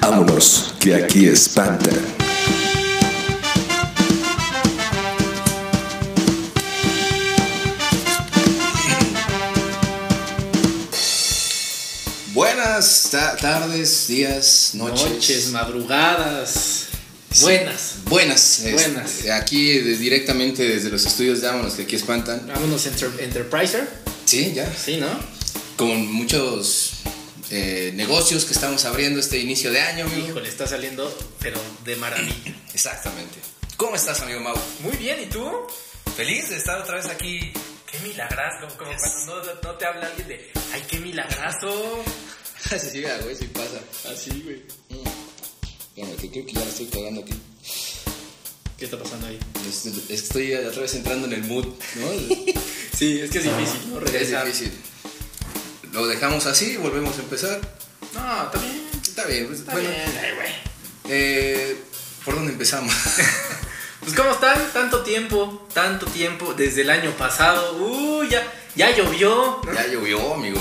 Vámonos, que aquí espanta. Buenas ta- tardes, días, noches. Noches, madrugadas. Buenas. Buenas. este, Buenas. aquí de- directamente desde los estudios de Vámonos, que aquí espantan. Vámonos Enter- Enterpriser. Sí, ya. Sí, ¿no? Con muchos eh, negocios que estamos abriendo este inicio de año, amigo. Híjole, está saliendo, pero de maravilla. Exactamente. ¿Cómo estás, amigo Mau? Muy bien, ¿y tú? Feliz de estar otra vez aquí. Qué milagrazo. Como cuando no, no te habla alguien de, ay, qué milagrazo. sí, mira, güey, sí pasa. Así, Ah, güey. Bueno, que creo que ya la estoy cagando aquí. ¿Qué está pasando ahí? Es- Este, es que Estoy otra vez entrando en el mood, ¿no? Sí, Ah, es que es difícil, ¿no? Es Regresar. difícil. Lo dejamos así, volvemos a empezar. No, está bien. Está bien. pues, Está bueno, bien. Ay, güey. Eh, ¿por dónde empezamos? Pues, ¿cómo están? Tanto tiempo, tanto tiempo, desde el año pasado. Uh, ya, ya llovió. ya llovió, amigo.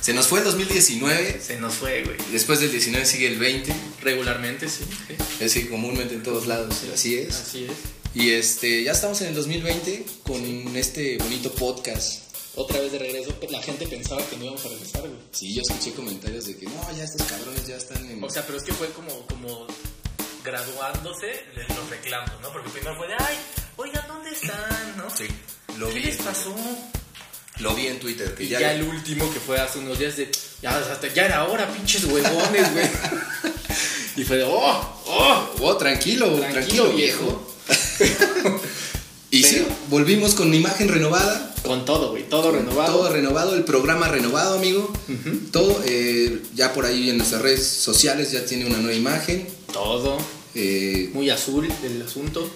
Se nos fue el 2019. Se nos fue, güey. Después del 19 sigue el 20. Regularmente, sí. sí. Es decir, comúnmente en todos lados. Así es. Así es. Y este, ya estamos en el 2020 con este bonito podcast. Otra vez de regreso, pues, la gente pensaba que no íbamos a regresar, güey. Sí, yo escuché comentarios de que no, ya estos cabrones ya están en. O sea, pero es que fue como, como graduándose de los reclamos, ¿no? Porque primero fue de, ay, oigan, ¿dónde están? ¿No? sí, lo ¿Qué vi. les pasó? Lo vi en Twitter. Que Y ya, ya, el último que fue hace unos días de, ya, hasta ya era hora, pinches huevones, güey. y fue de, oh, oh. Oh, tranquilo, tranquilo, Tranquilo, viejo. y sí, Pero- volvimos con imagen renovada. Con todo, güey, todo renovado. Todo renovado, el programa renovado, amigo. Ujú. Todo, eh, ya por ahí en nuestras redes sociales ya tiene una nueva imagen. Todo. eh, Muy azul del asunto.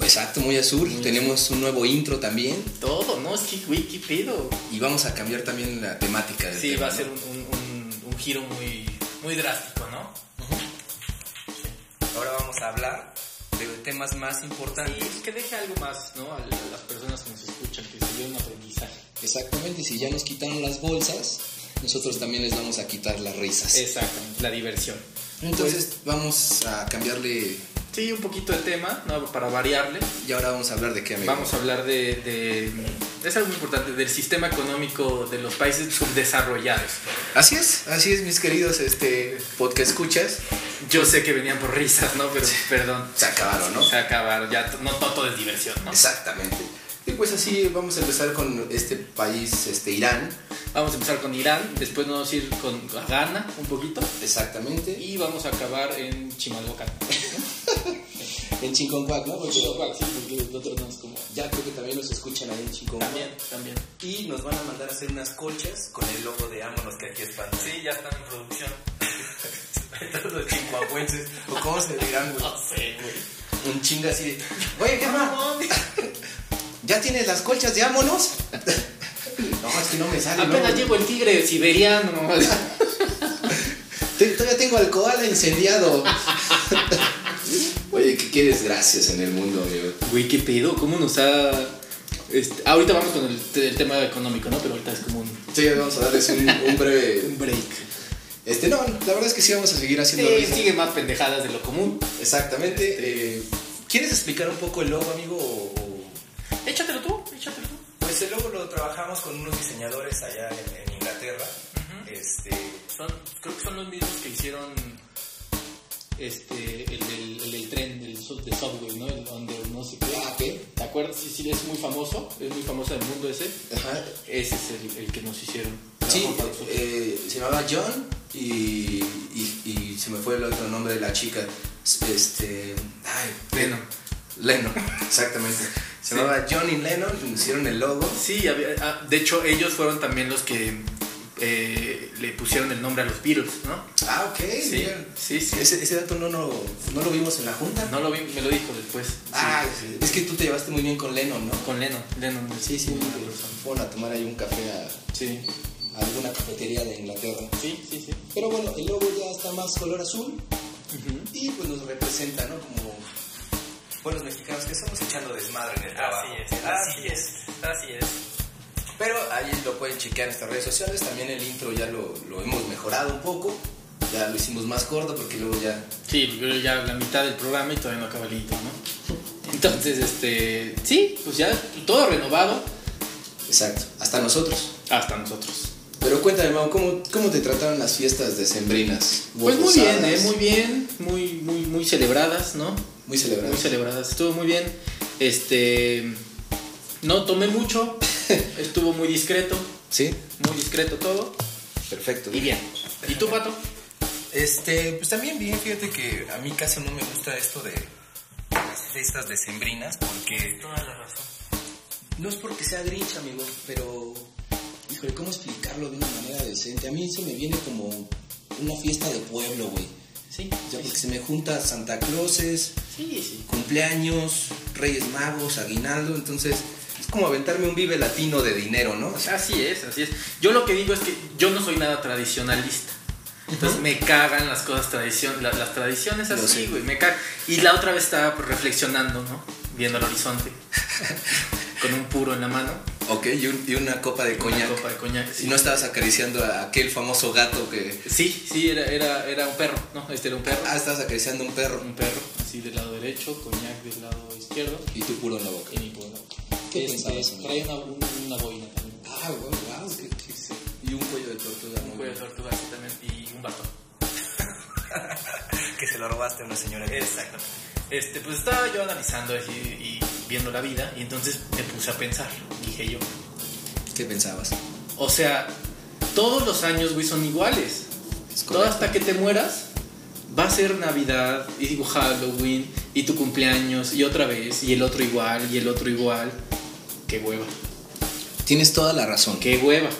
exacto, muy azul. Tenemos un nuevo intro también. Todo, ¿no? Es que, güey, qué pedo. Y vamos a cambiar también la temática del Sí, va tema, a ¿no? ser un, un- un- un giro muy, muy drástico, ¿no? Ahora vamos a hablar de temas más Y importantes. es que deje algo más, ¿no? A, a las personas que nos escuchan, que se lleven un aprendizaje. Exactamente, y si ya nos quitaron las bolsas, nosotros también les vamos a quitar las risas. Eh, Exactamente, la diversión. Entonces pues- vamos a cambiarle Sí, un poquito de tema, ¿no? Para variarle. y ahora vamos a hablar de qué, amigo. Vamos a hablar de, de- Es algo muy importante, del sistema económico de los países subdesarrollados. Así es, así es, mis queridos este, podcast escuchas. Yo sé que venían por risas, ¿no? Pero perdón. Se acabaron, ¿no? Se acabaron, ya t- no, no todo es diversión, ¿no? Exactamente. Y pues así vamos a empezar con este país, este Irán. Vamos a empezar con Irán, después nos vamos a ir con Ghana un poquito Exactamente. y vamos a acabar en Chimalhuacán. En Chinconcuac, ¿no? Porque Chimalhuacán, sí, porque nosotros no es como... ya creo que también nos escuchan ahí en Chinconcuac. También, también. Y nos van a mandar a hacer unas colchas con el logo de Ámonos que aquí espantan. Sí, ya están en producción. Todos los chincuacuenses. ¿O cómo se dirán, güey? No sé, güey. Un chinga así de... Güey, ¿qué más? ¿Ya tienes las colchas de Ámonos? No, es que no me sale. ¿no, Apenas güey? llevo el tigre siberiano. Te- Todavía tengo al koala incendiado. Oye, qué, qué desgracias en el mundo, amigo. Güey, qué pedo, cómo nos ha. este, ahorita vamos con el, te- el tema económico, ¿no? Pero ahorita es como un, Sí, vamos a darles un, un breve. un break. Este, no, la verdad es que sí vamos a seguir haciendo Sí, risas. sigue más pendejadas de lo común. Exactamente. eh, ¿Quieres explicar un poco el logo, amigo? o- o- Échatelo tú, échatelo tú. Pues el logo lo trabajamos con unos diseñadores allá en, en Inglaterra. Este, Son, creo que son los mismos que hicieron este, el, del, el del tren del sub- de Subway, ¿no? El donde no sé qué. Ah, ¿qué? ¿Te acuerdas? Sí, sí, es muy famoso, es muy famoso del mundo ese. Ajá. Ese es el, el que nos hicieron. Sí, Trabajo para nosotros. eh, se llamaba John y, y- y se me fue el otro nombre de la chica. Este. Ay, Bueno. Lennon, exactamente. Sí. Se llamaba John y Lennon, hicieron el logo. Sí, había- ah, de hecho ellos fueron también los que eh, le pusieron el nombre a los Beatles, ¿no? Ah, ok. Sí, bien. sí, sí. Ese, ese dato no, lo- no lo vimos en la junta. No lo vi, me lo dijo después. Sí. Ah, es que tú te llevaste muy bien con Lennon, ¿no? Con Lennon, Lennon. me una persona. Fueron a tomar ahí un café a, Sí, a alguna cafetería de Inglaterra. sí, sí. sí. Pero bueno, el logo ya está más color azul y pues nos representa, ¿no? Como buenos mexicanos que estamos echando desmadre en el trabajo. Ah, así es, así es. Pero ahí lo pueden chequear en nuestras redes sociales. También el intro ya lo, lo hemos mejorado un poco. Ya lo hicimos más corto porque luego ya. Sí, yo ya la mitad del programa y todavía no acaba el intro, ¿no? Entonces, este, sí, pues ya todo renovado Exacto, hasta nosotros. hasta nosotros. Pero cuéntame, Mau, ¿cómo, cómo te trataron las fiestas decembrinas? ¿Hubo Pues muy bien, posadas? eh, muy bien, muy, muy, muy celebradas, ¿no? Muy celebradas. Muy celebradas, estuvo muy bien. Este, no tomé mucho, estuvo muy discreto, Sí, muy discreto todo. perfecto. Y bien. ¿Y tú, Pato? Este, pues también bien, fíjate que a mí casi no me gusta esto de las fiestas decembrinas porque... Toda la razón. No es porque sea grinch, amigo, pero. Híjole, ¿cómo explicarlo de una manera decente? A mí se me viene como una fiesta de pueblo, güey. Sí, Ya porque se me junta Santa Clauses, sí, sí. cumpleaños, Reyes Magos, Aguinaldo, entonces es como aventarme un vive latino de dinero, ¿no? O sea, Así es, así es. Yo lo que digo es que yo no soy nada tradicionalista. Entonces me cagan las cosas tradición, la- las tradiciones Lo así, sé. güey, me cagan. Y la otra vez estaba pues, reflexionando, ¿no? Viendo el horizonte con un puro en la mano, ok, y, un- y una copa de una coñac. copa de coñac. Y Sí, no estabas acariciando a aquel famoso gato que... sí, sí, era, era, era un perro, ¿no? Este era un perro. Ah, estabas acariciando a un perro Un perro, así del lado derecho, coñac del lado izquierdo y tú puro en la boca. y mi puro. ¿Qué Este, pensabas, amigo? Trae una, una boina también. Ah, wow, wow, qué, qué- qué- Y un cuello de tortuga. Un muy cuello de bien. tortuga así también y un batón. Que se lo robaste a una señora. Exacto. Este, pues estaba yo analizando así y viendo la vida y entonces me puse a pensar, dije yo. ¿Qué pensabas? O sea, todos los años, güey, son iguales. Es Todo correcto. hasta que te mueras va a ser Navidad y digo Halloween y tu cumpleaños y otra vez y el otro igual y el otro igual. Qué hueva, Tienes toda la razón. qué hueva.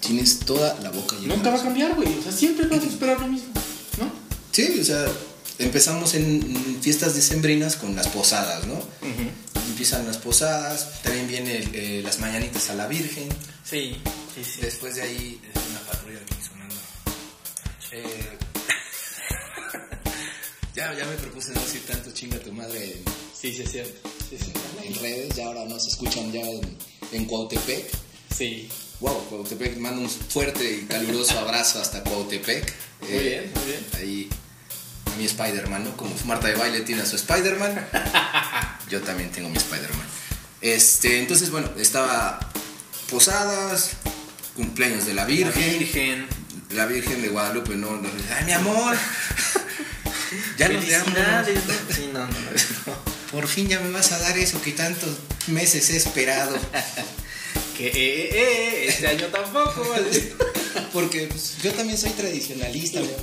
Tienes toda la boca llena. Nunca va a cambiar, güey. O sea, siempre vas a esperar lo mismo, ¿no? Sí, o sea, empezamos en mm, fiestas decembrinas con las posadas, ¿no? Empiezan las posadas, también vienen las mañanitas a la Virgen. Sí, sí, sí. Después de ahí, Es una patrulla aquí sonando. eh, ya, ya me propuse no decir tanto chinga tu madre en, Sí, sí, es cierto. Sí, sí. en redes, ya ahora nos escuchan ya en, en Cuautepec. Sí. Wow, Cuautepec, mando un fuerte y caluroso abrazo hasta Cuautepec. Eh, Muy bien, muy bien. Ahí a mi Spider-Man, ¿no? Como Marta de Baile tiene a su Spider-Man, yo también tengo mi Spider-Man. Este, entonces, bueno, estaba posadas, cumpleaños de la La Virgen, Virgen. la Virgen de Guadalupe, no, no, ay, mi amor, ya nos veamos. Felicidades, ¿no? Sí, no, no, no. Por fin ya me vas a dar eso que tantos meses he esperado. Que eh, eh, eh, este año tampoco, ¿vale? Porque pues, yo también soy tradicionalista, güey.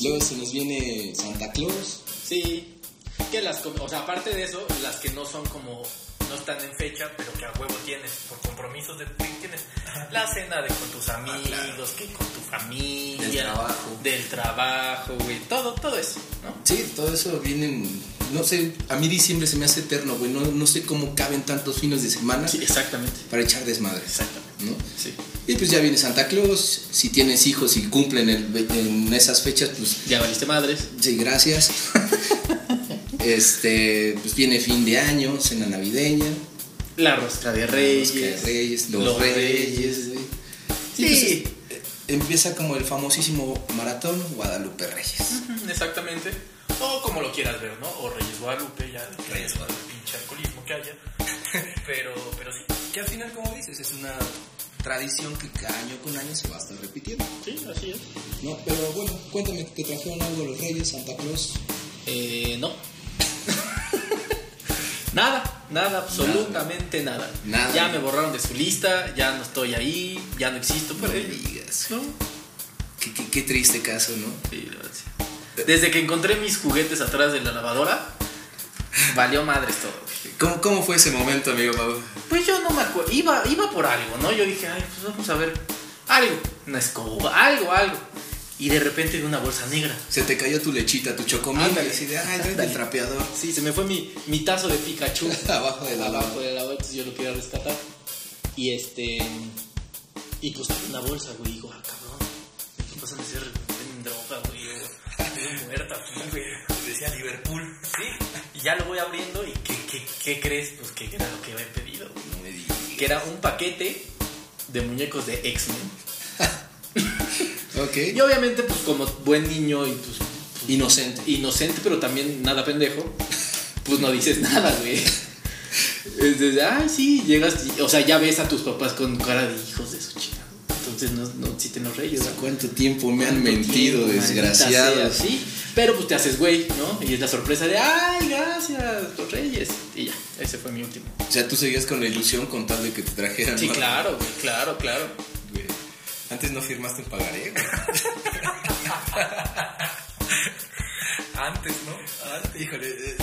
Luego se nos viene Santa Claus. Sí. Que las, com- o sea, aparte de eso, las que no son como, no están en fecha, pero que a huevo tienes, por compromisos de que tienes. La cena de con tus amigos, que con tu familia. Ah, Del trabajo. Del trabajo, güey. Todo, todo eso, ¿no? Sí, todo eso vienen. No sé, a mí diciembre se me hace eterno, güey. No, no sé cómo caben tantos fines de semana exactamente. para echar desmadres, Exactamente. ¿no? Sí. Y pues ya viene Santa Claus. Si tienes hijos y cumplen el- en esas fechas, pues Ya valiste madres. sí, gracias. este, pues viene fin de año, cena navideña. La rosca de Los que- reyes. Reyes, los, Reyes, güey. Sí. Sí. pues, eh, empieza como el famosísimo maratón Guadalupe Reyes. Ujú, Exactamente. O como lo quieras ver, ¿no? O Reyes Guadalupe, ya. Reyes Guadalupe. el Pinche alcoholismo que haya. Pero, pero sí. Que al final, como dices, es una tradición que cada año con año se va a estar repitiendo. Sí, así es. No, pero bueno, cuéntame, ¿te trajeron algo los Reyes, Santa Claus? Eh, no. nada, nada, absolutamente nada. Nada. Ya me borraron de su lista, ya no estoy ahí, ya no existo por No me ahí. digas. No. Qué, qué- qué triste caso, ¿no? Sí, la verdad, sí. Desde que encontré mis juguetes atrás de la lavadora, valió madres todo. güey. ¿Cómo, cómo fue ese momento, amigo Mau? Pues yo no me acuerdo. Iba, iba por algo, ¿no? Yo dije, ay, pues vamos a ver algo. Una escoba, algo, algo. Y de repente vi una bolsa negra. Se te cayó tu lechita, tu chocomil. Ándale. y así de, ay, tráete el trapeador. Sí, se me fue mi, mi tazo de Pikachu. Abajo de la Abajo lavadora. de la lavadora, entonces yo lo quería rescatar. Y este. Y pues traía una bolsa, güey. Y digo, ah, cabrón. ¿Qué pasa de ser en droga, güey? Estoy muerta aquí, güey. Decía Liverpool. Sí. Y ya lo voy abriendo. ¿Y qué, qué, qué crees? Pues que era lo que había pedido, güey. No me digas. que era un paquete de muñecos de X-Men. Ok. Y obviamente, pues como buen niño y pues, pues, Inocente. inocente, pero también nada pendejo, pues no dices nada, güey. Es desde, ay, sí, llegas, y- o sea, ya ves a tus papás con cara de hijos de su chica. Entonces, no, no, sí te nos reyes. ¿no? ¿Cuánto tiempo me han Tanto mentido, tiempo, maldita desgraciados? sea, sí, pero pues te haces güey, ¿no? Y es la sorpresa de, ay, gracias, los reyes. Y ya, ese fue mi último. O sea, tú seguías con la ilusión con tal de que te trajeran. Sí, ¿no? claro, güey, claro, claro. Güey, Antes no firmaste ¿eh? un pagaré, güey. Antes, ¿no? Híjole, eh,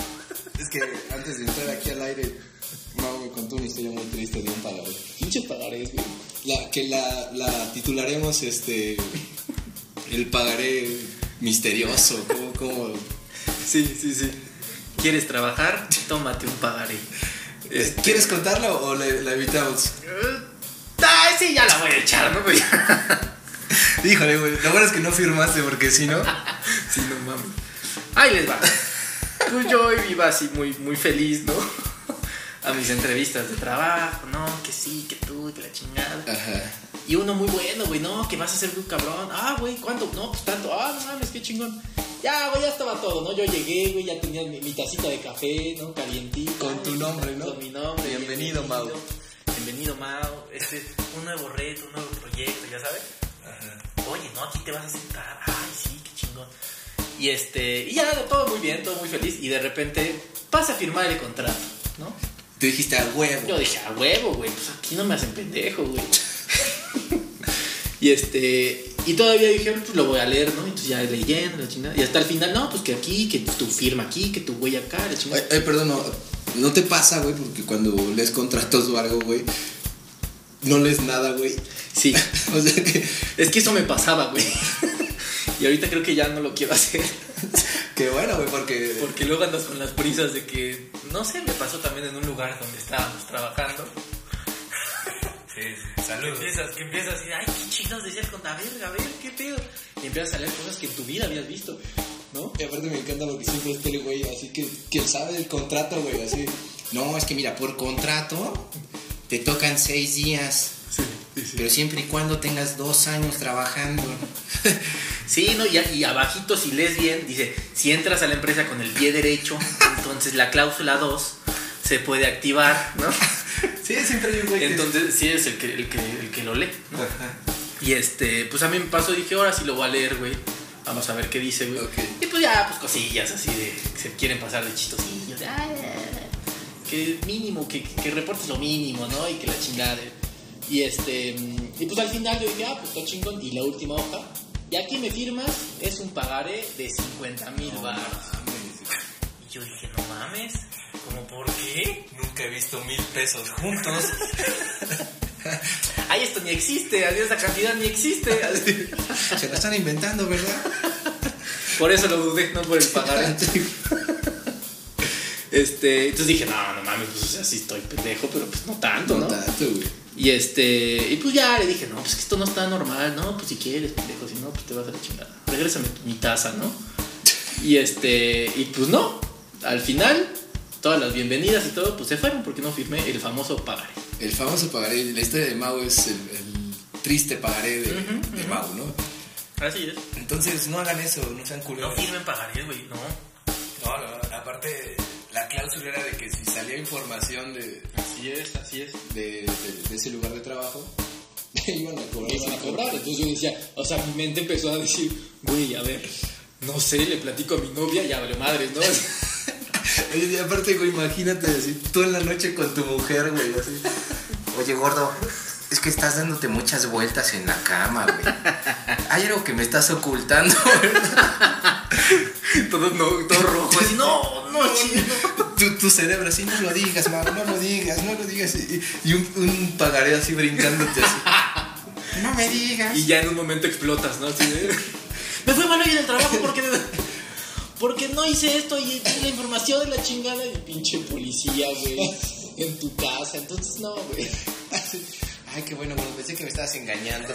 es que antes de entrar aquí al aire, Mau me contó una historia muy triste de un pagaré. Pinches pagarés, güey. La, que la, la titularemos este. El pagaré misterioso. ¿Cómo, cómo? Sí, sí, sí. ¿Quieres trabajar? Tómate un pagaré. Eh, ¿Quieres contarla o la, la evitamos? Ay, sí, ya la voy a echar, ¿no? Pues Híjole, güey. Lo bueno es que no firmaste porque si no. sí, no mames. Ahí les va. Pues yo iba así muy, muy feliz, ¿no? A mis entrevistas de trabajo, no, que sí, que tú, que la chingada. Ajá. Y uno muy bueno, güey, no, que vas a ser un cabrón. Ah, güey, ¿cuánto? No, pues tanto. Ah, no mames, qué chingón. Ya, güey, ya estaba todo, ¿no? Yo llegué, güey, ya tenía mi, mi tacita de café, ¿no? Calientito. Con tu nombre, ¿no? Con mi nombre. Bienvenido, Mau. Bienvenido, Mau. Este, un nuevo reto, un nuevo proyecto, ¿ya sabes? Oye, no, aquí te vas a sentar. Ay, sí, qué chingón. Y este, y ya, todo muy bien, todo muy feliz. Y de repente pasa a firmar el contrato, ¿no? Tú dijiste a Yo huevo. dije, a huevo, güey, pues aquí no me hacen pendejo, güey. y este, y todavía dije, pues lo voy a leer, ¿no? Entonces ya leyendo, la chingada. Y hasta el final, no, pues que aquí, que tu firma aquí, que tu huella acá, la Ay, chingada. ay, perdón, no, no te pasa, güey, porque cuando lees contratos o algo, güey, no lees nada, güey. Sí, O sea que, es que eso me pasaba, güey. y ahorita creo que ya no lo quiero hacer. que bueno, güey, porque. Porque luego andas con las prisas de que, no sé, me pasó también en un lugar donde estábamos trabajando. Sí, sí. Que Saludos. empiezas, que empiezas a decir, ay, qué chingados decía con la verga, a ver, qué pedo. Y empiezas a leer cosas que en tu vida habías visto, ¿no? Y aparte me encanta porque siempre está el güey, así que, que sabe el contrato, güey, así. No, es que mira, por contrato te tocan seis días. Pero siempre y cuando tengas dos años trabajando. Sí, no, y, a- y abajito, si lees bien, dice, si entras a la empresa con el pie derecho, entonces la cláusula 2 se puede activar, ¿no? Sí, siempre hay un güey. Entonces, sí es el que, el que, el que lo lee, ¿no? Y este, pues a mí me pasó, dije, ahora sí lo voy a leer, güey. Vamos a ver qué dice, güey. Ok. Y pues ya, pues cosillas así de que se quieren pasar de chistosillos. de, "Ay, ay, ay". que mínimo, que, que reportes lo mínimo, ¿no? Y que la chingada. Y este, mm, y pues al final yo dije, ah, pues está chingón. Y la última hoja, y aquí me firmas, es un pagaré de 50 mil baros. Y yo dije, no mames, ¿cómo por qué? Nunca he visto mil pesos juntos. Ay, esto ni existe, adiós, esa cantidad ni existe. Así. Se lo están inventando, ¿verdad? Por eso lo dudé, no por el pagaré. Este, entonces dije, no, no mames, pues o sea, sí estoy pendejo, pero pues no tanto, ¿no? No tanto, güey. Y este, y pues ya le dije, no, pues que esto no está normal, no, pues si quieres, pendejo, si no, pues te vas a la chingada. Regrésame mi taza, ¿no? Y este, y pues no, al final, todas las bienvenidas y todo, pues se fueron porque no firmé el famoso pagaré. El famoso pagaré, la historia de Mau es el, el triste pagaré de, Ujú, de ujú. Mau, ¿no? Así es. Entonces, no hagan eso, no sean culeros. firmen pagarés, güey, no. No, no, no, aparte, La cláusula era de que si salía información de, Así es, así es. de, de- de ese lugar de trabajo, iban a cobrar. me iban a cobrar. Entonces yo decía, o sea, mi mente empezó a decir, güey, a ver, no sé, le platico a mi novia, ya vale madres, ¿no? Oye, y aparte, güey, imagínate así, tú en la noche con tu mujer, güey, así. Oye, gordo, es que estás dándote muchas vueltas en la cama, güey. Hay algo que me estás ocultando. todo, no, todo rojo, así, no, no, chido. tu, tu cerebro así, no lo digas, Mau, no lo digas, no lo digas. Y, y un, un pagaré así brincándote así. No me digas. Y ya en un momento explotas, ¿no? Así de, me fue mal hoy en el trabajo porque, porque no hice esto y la información de la chingada y pinche policía, güey, en tu casa. Entonces, no, güey. Ay, qué bueno, bueno, pensé que me estabas engañando.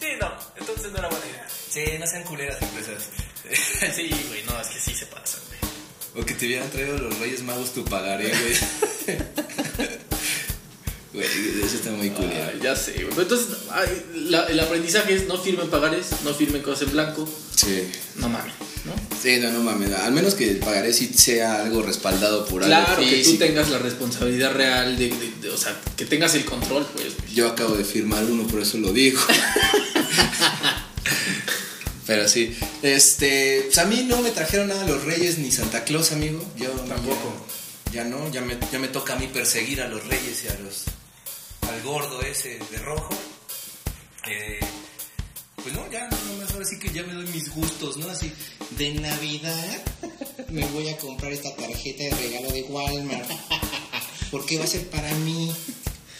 Sí, no, entonces no era buena idea. sí, no sean culeras empresas. Sí, güey, no, es que sí se pasa, güey. O que te hubieran traído los Reyes Magos tu pagaré, güey. Güey, eso está muy culero. Ay, ya sé, güey. Pero Entonces, ay, la- el aprendizaje es no firmen pagares, no firmen cosas en blanco. Sí. No mames, ¿no? Sí, no, no mames. Al menos que el pagaré si sea algo respaldado por algo. Claro, que tú físico. tengas la responsabilidad real de, de- de- o sea, que tengas el control, pues. Yo acabo de firmar uno, por eso lo digo. Pero sí, este, pues a mí no me trajeron nada los Reyes ni Santa Claus, amigo. Yo Tampoco. Ya, ya no, ya me, ya me toca a mí perseguir a los Reyes y a los. al gordo ese de rojo. Eh, pues no, ya no más ahora sí que ya me doy mis gustos, ¿no? Así. De Navidad me voy a comprar esta tarjeta de regalo de Walmart. Porque va a ser para mí.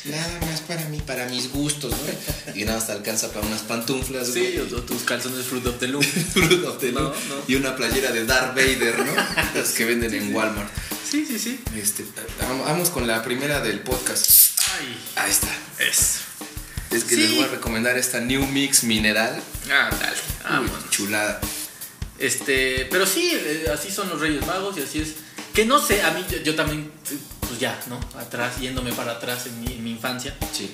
Nada más para mí, para mis gustos, ¿no? Y nada, hasta alcanza para unas pantuflas, Sí, o, o tus calzones Fruit of the Loom. Fruit of the No, Loom. no. y una playera de Darth Vader, ¿no? Las que venden en Walmart. Sí, sí, sí. Este, vamos, vamos con la primera del podcast. Ay, Ahí está. eso. Es que Sí. les voy a recomendar esta New Mix Mineral. Ah, dale. Vámonos. Uy, chulada. Este, pero sí, eh, así son los Reyes Magos y así es. Que no sé, a mí yo, yo también, eh, pues ya, ¿no? Atrás, yéndome para atrás en mi, en mi infancia. Sí.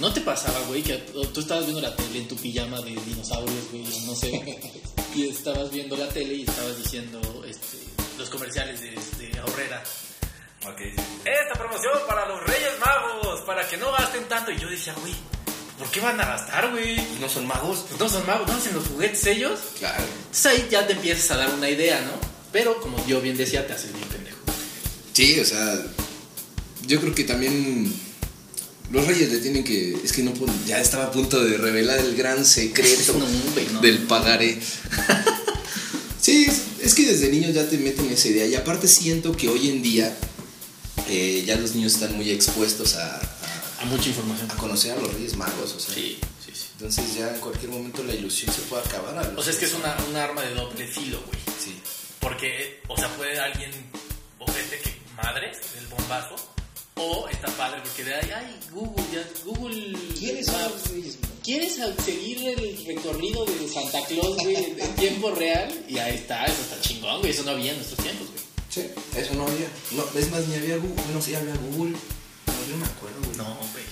¿No te pasaba, güey, que o tú estabas viendo la tele en tu pijama de dinosaurios, güey, o no sé, y estabas viendo la tele y estabas diciendo este, los comerciales de, de Aurrera? Ok. Esta promoción para los Reyes Magos, para que no gasten tanto. Y yo decía, güey, ¿por qué van a gastar, güey? Pues no son magos. Pues no son magos, no hacen los juguetes ellos. Claro. Entonces ahí ya te empiezas a dar una idea, ¿no? Pero como yo bien decía, te haces bien pendejo. Sí, o sea, yo creo que también los reyes le tienen que... Es que no puedo- ya estaba a punto de revelar el gran secreto No, güey, no. del pagaré. sí, es, es que desde niño ya te meten esa idea. Y aparte siento que hoy en día eh, ya los niños están muy expuestos a, a- A mucha información. a conocer a los reyes magos. O sea, Sí, sí, sí. Entonces ya en cualquier momento la ilusión se puede acabar. a los O sea, es que es reyes una, una arma de doble filo, güey. magos. Sí. Porque, o sea, puede alguien, ojete que madres, el bombazo, o está padre porque de ahí, ay, Google, ya, Google. ¿Quiénes son Maps. los reyes magos? ¿Quieres al- seguir el recorrido de Santa Claus, güey, en tiempo real? Y ahí está, eso está chingón, güey, eso no había en nuestros tiempos, güey. Sí, eso no había. No, es más, ni había Google. No, sí había Google. No, yo no me acuerdo. güey. No, güey.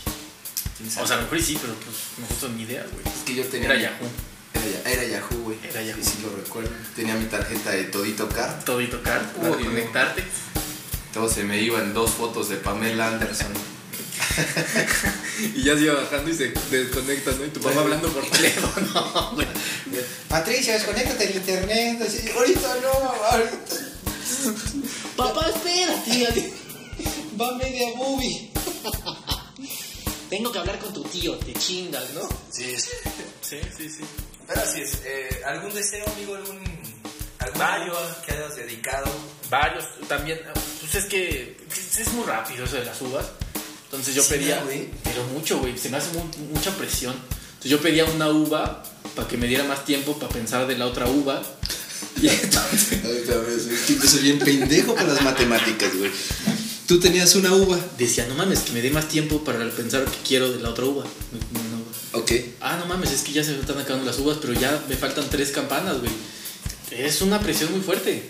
¿Quién O sabe? sea, a lo mejor sí, pero pues nosotros ni idea, güey. Es que yo tenía. Era mi- Yahoo. Era, Ya- era Yahoo, güey. Era Yahoo. Sí, sí, lo recuerdo. Tenía mi tarjeta de Todito Card. Todo y tocar, Uy, para no. conectarte. Todo se me iban dos fotos de Pamela Anderson. Y ya se iba bajando y se desconecta, ¿no? Y tu papá hablando por teléfono, güey. Patricia, desconéctate del internet. Así, ahorita no, ahorita. Papá, espérate. Va media movie. Tengo que hablar con tu tío, te chingas, ¿no? Sí, Sí, sí, sí. Pero así es. Eh, ¿Algún deseo, amigo? ¿Algún. algún Varios. algo que hayas dedicado? Varios, también, pues es que es es muy rápido eso de las uvas. Entonces yo Sí, pedía, güey. pero mucho, güey, se me hace mu- mucha presión. Entonces yo pedía una uva para que me diera más tiempo para pensar de la otra uva. Y entonces, Yo soy bien pendejo con las matemáticas, güey. Tú tenías una uva. decía, no mames, que me dé más tiempo para pensar que quiero de la otra uva. Me- me- no, güey. Ok. Ah, no mames, es que ya se me están acabando las uvas, pero ya me faltan tres campanas, güey. Es una presión muy fuerte.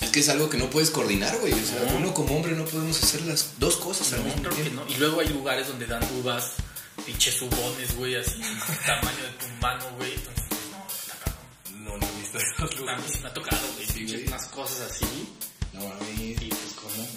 Es que es algo que no puedes coordinar, güey. O sea, No. uno como hombre no podemos hacer las dos cosas al No, mismo creo que tiempo. no. Y luego hay lugares donde dan uvas, pinches ubones, güey, así, tamaño de tu mano, güey. Entonces, no, está cabrón. No, no he visto esos A mí lugares. sí me ha tocado, güey, pinches güey. unas cosas así. No, mames. Y pues, ¿cómo?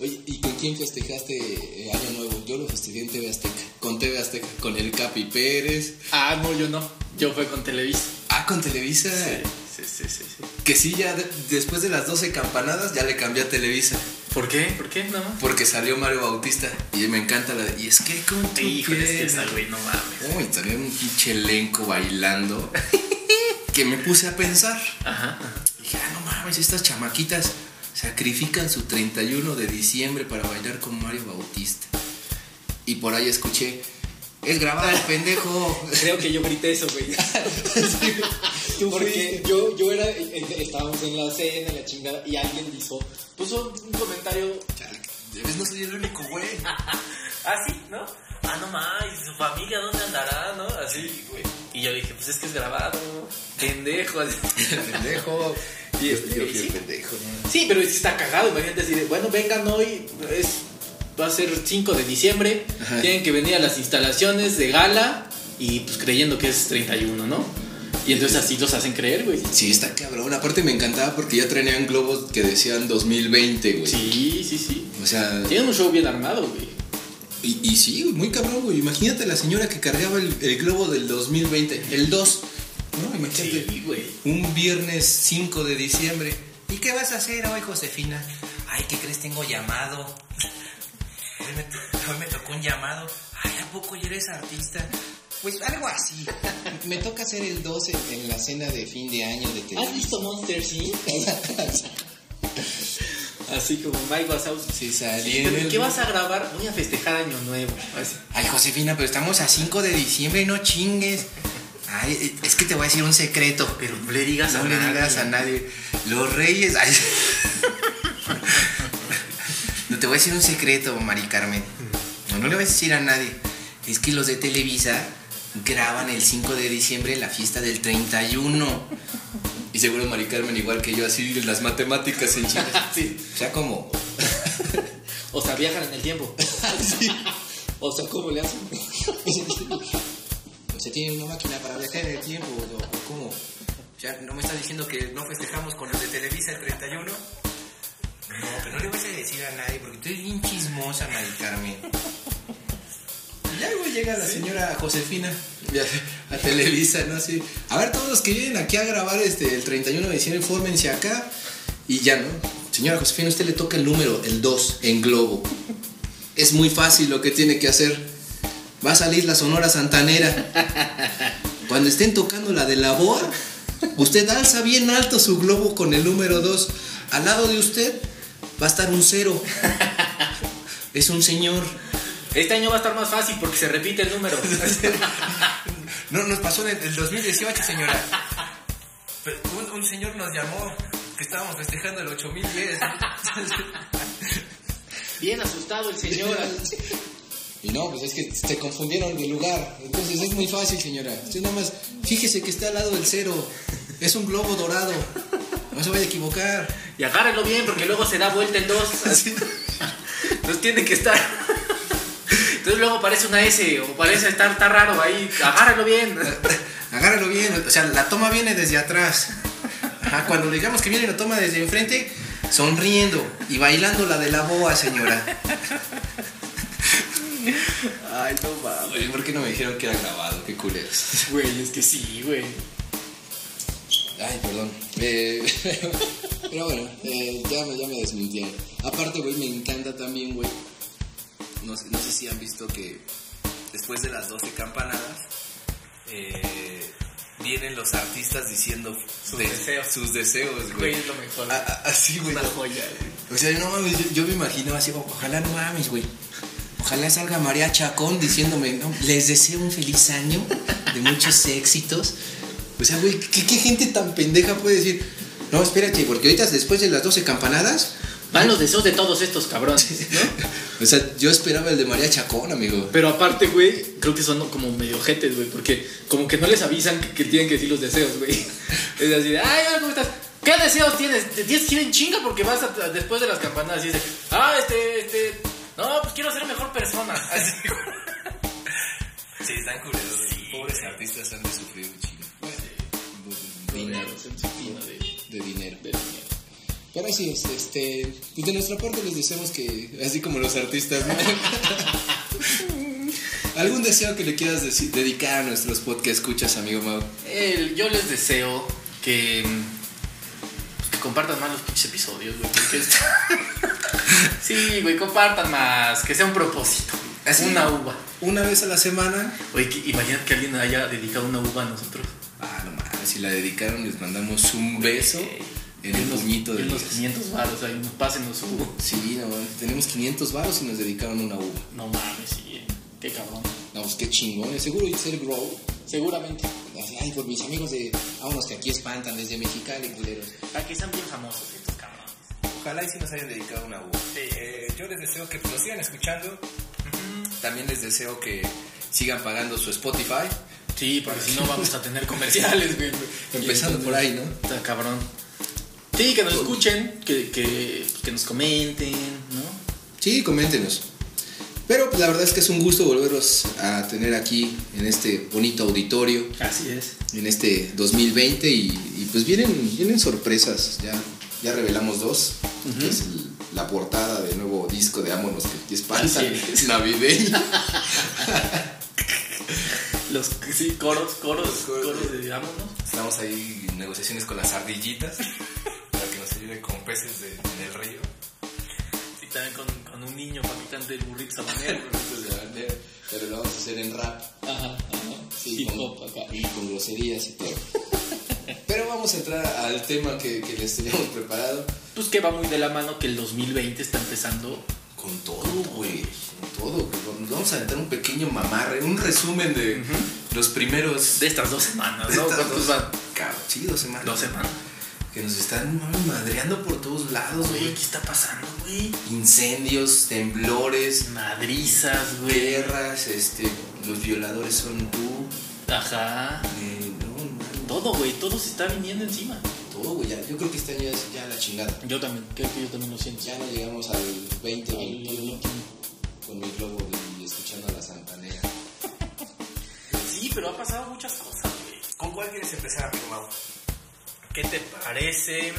Oye, ¿y con quién festejaste eh, Año Nuevo? Yo lo festejé en TV Azteca. Con TV Azteca, con el Capi Pérez. Ah, no, yo no. Yo fue con Televisa. Ah, con Televisa. sí, sí, sí. sí. Que sí, ya de- después de las 12 campanadas ya le cambié a Televisa. ¿Por qué? ¿Por qué? No. Porque salió Mario Bautista. Y me encanta la de. Y es que con tu Híjole, es que piel". esa, güey, no mames. Uy, también un pinche elenco bailando. que me puse a pensar. Ajá. ajá. Dije, ah, no mames, estas chamaquitas sacrifican su 31 de diciembre para bailar con Mario Bautista. Y por ahí escuché, es grabado, pendejo. Creo que yo grité eso, güey. Tú Porque fuiste. yo, yo era, eh, estábamos en la cena, la chingada, y alguien hizo, puso un comentario Chale, de vez no soy el único, güey. Ah, sí, ¿no? Ah, no mames, su familia, ¿dónde andará, no? Así, güey. Y yo dije, pues es que es grabado, pendejo. pendejo. Y Yo- este, yo fui el sí. pendejo, ¿no? Sí, pero sí está cagado, imagínate así de, bueno, vengan hoy, es va a ser 5 de diciembre. Ajá. Tienen que venir a las instalaciones de gala y pues creyendo que es 31, ¿no? Y entonces así los hacen creer, güey. Sí, está cabrón. Aparte me encantaba porque ya traían globos que decían 2020, güey. Sí, sí, sí. O sea, Tienen un show bien armado, güey. y, y sí, muy cabrón, güey. Imagínate la señora que cargaba el, el globo del 2020, el 2. No, imagínate. güey. Un viernes 5 de diciembre. ¿Y qué vas a hacer hoy, Josefina? Ay, ¿qué crees? Tengo llamado. Hoy me, to- hoy me tocó un llamado. Ay, ¿a poco ya eres artista? Pues algo así. Me toca hacer el 2 en, en la cena de fin de año de ¿Has visto Monster Inc? Así como Mike Wazowski. Sí, salí en ¿Qué, el- ¿Qué vas a grabar? Voy a festejar Año Nuevo. Así. Ay, Josefina, pero estamos a 5 de diciembre, no chingues. Ay, eh, es que te voy a decir un secreto, pero no le digas, a no le nadie. digas a nadie. Los reyes. ay. No te voy a decir un secreto, Mari Carmen. No, no le vas a decir a nadie. Es que los de Televisa graban el 5 de diciembre la fiesta del 31. Y seguro Mari Carmen, igual que yo, así las matemáticas en Chile. Sí. O sea, como. O sea, viajan en el tiempo. O sea, ¿cómo le hacen? O sea, tienen una máquina para viajar en el tiempo, o- o ¿cómo? Ya, ¿no me estás diciendo que no festejamos con los de Televisa el 31? No, pero no le vas a decir a nadie porque tú eres bien chismosa, Mari Carmen. Y luego llega la señora Josefina ya, a Televisa, ¿no? Así, a ver, todos los que vienen aquí a grabar este, el 31 de diciembre, fórmense acá. Y ya, ¿no? Señora Josefina, a usted le toca el número, el 2, en globo. Es muy fácil lo que tiene que hacer. Va a salir la Sonora Santanera. Cuando estén tocando la de labor, usted alza bien alto su globo con el número 2. Al lado de usted va a estar un cero. Es un señor. Este año va a estar más fácil porque se repite el número. No, nos pasó en el 2018, señora. Pero un, un señor nos llamó que estábamos festejando el 8010. Bien asustado el señor. Y no, pues es que se confundieron de lugar. Entonces es muy fácil, señora. Usted nada más, fíjese que está al lado del cero. Es un globo dorado. No se vaya a equivocar. Y agárrenlo bien porque luego se da vuelta en dos. Así. Entonces tiene que estar. Entonces luego parece una S o parece estar tan raro ahí. Agárrenlo bien. Agárralo bien. O sea, la toma viene desde atrás. Ajá, cuando digamos que viene la toma desde enfrente, sonriendo y bailando la de la boa, señora. Ay, no mames. Oye, ¿por qué no me dijeron que era grabado? Qué culeros. Güey, es que sí, güey. Ay, perdón. Eh, pero bueno, eh, ya, me- ya me desmintieron. Aparte, güey, me encanta también, güey. No, sé- no sé si han visto que Después de las 12 campanadas, eh, vienen los artistas diciendo Sus deseos. sus deseos, Güey, güey. es lo mejor. A- Ah, a- Así, güey. Una joya, Ah, güey. O sea, no mames, yo, yo me imagino así, o- ojalá no mames, güey. Ojalá salga María Chacón diciéndome, no, les deseo un feliz año de muchos éxitos. O sea, güey, ¿qué, qué gente tan pendeja puede decir? No, espérate, porque ahorita después de las 12 campanadas, Van los deseos de todos estos cabrones, ¿no? o sea, yo esperaba el de María Chacón, amigo. Pero aparte, güey, creo que son como medio jetes, güey, porque como que no les avisan que, que tienen que decir los deseos, güey. Es así de, ay, hola, ¿cómo estás? ¿Qué deseos tienes? Te tienes que ir en chinga porque vas a- después de las campanadas y dices, ah, este, este, no, pues quiero ser mejor persona. Así, Sí, están curiosos. Pobres artistas han de sufrir un chingo. Dinero, de dinero. Pero así es, este, pues de nuestra parte les deseamos que, así como los artistas, ¿no? ¿Algún deseo que le quieras deci- dedicar a nuestros podcast escuchas, amigo Mau? El- yo les deseo que, mm, que compartan más los pinches episodios, güey. porque es- sí, güey, compartan más, que sea un propósito. Así. Una uva. Una vez a la semana. Oye, que- imagínate que alguien haya dedicado una uva a nosotros. Ah, no mames, si la dedicaron les mandamos un beso en el unos- puñito de y unos Dios. 500 baros, ahí nos pásenos su. Sí, no mames, tenemos 500 varos y nos dedicaron una uva. No mames, sí, eh. qué cabrón. No, pues qué chingón, seguro y ser grow. Seguramente. Así, Ay, por mis amigos de, vámonos que aquí espantan desde Mexicali, culeros. Para que sean bien famosos estos cabrones. Ojalá y si nos hayan dedicado una voz. eh, yo les deseo que nos sigan escuchando. También les deseo que sigan pagando su Spotify. Sí, porque si no vamos a tener comerciales, güey. Empezando por ahí, ¿no? Está cabrón. Sí, que nos escuchen, que, que, pues, que nos comenten, ¿no? Sí, coméntenos. Pero pues, la verdad es que es un gusto volverlos a tener aquí en este bonito auditorio, Así es. en este 2020. Y, y, pues vienen, vienen sorpresas. Ya, ya revelamos dos, que es el- la portada del nuevo disco de Ámonos que aquí espanta, Así es. navideño. Los sí, coros, coros, coros. coros, de digámonos. Estamos ahí en negociaciones con las ardillitas para que nos ayuden con peces de- en el río. Y también con, con un niño fabricante de burritos habaneros. Pero lo vamos a hacer en rap. Ajá, ajá. Sí, Hip hop con, y con groserías y todo. Pero vamos a entrar al tema que, que les teníamos preparado. Pues que va muy de la mano que el 2020 está empezando. Con todo, güey. Con todo. güey. Vamos a entrar un pequeño mamarre, un resumen de los primeros. De estas dos semanas, de ¿no? estas ¿Cuántos dos- van? Cabrón, sí, dos semanas. Dos semanas. Que nos están mami, madreando por todos lados, Güey, güey. ¿qué está pasando, güey? Incendios, temblores, Madrizas, güey. guerras, este. Los violadores son tú. Ajá. Eh, no, no, Todo, güey, todo se está viniendo encima. todo, güey. ya- Yo creo que este año es ya la chingada. Yo también, creo que yo también lo siento. Ya no llegamos al 20, Ay, 21 con mi globo y escuchando a la santanera. Sí, pero ha pasado muchas cosas, güey. ¿Con cuál quieres empezar, amigo Mau? ¿Qué te parece?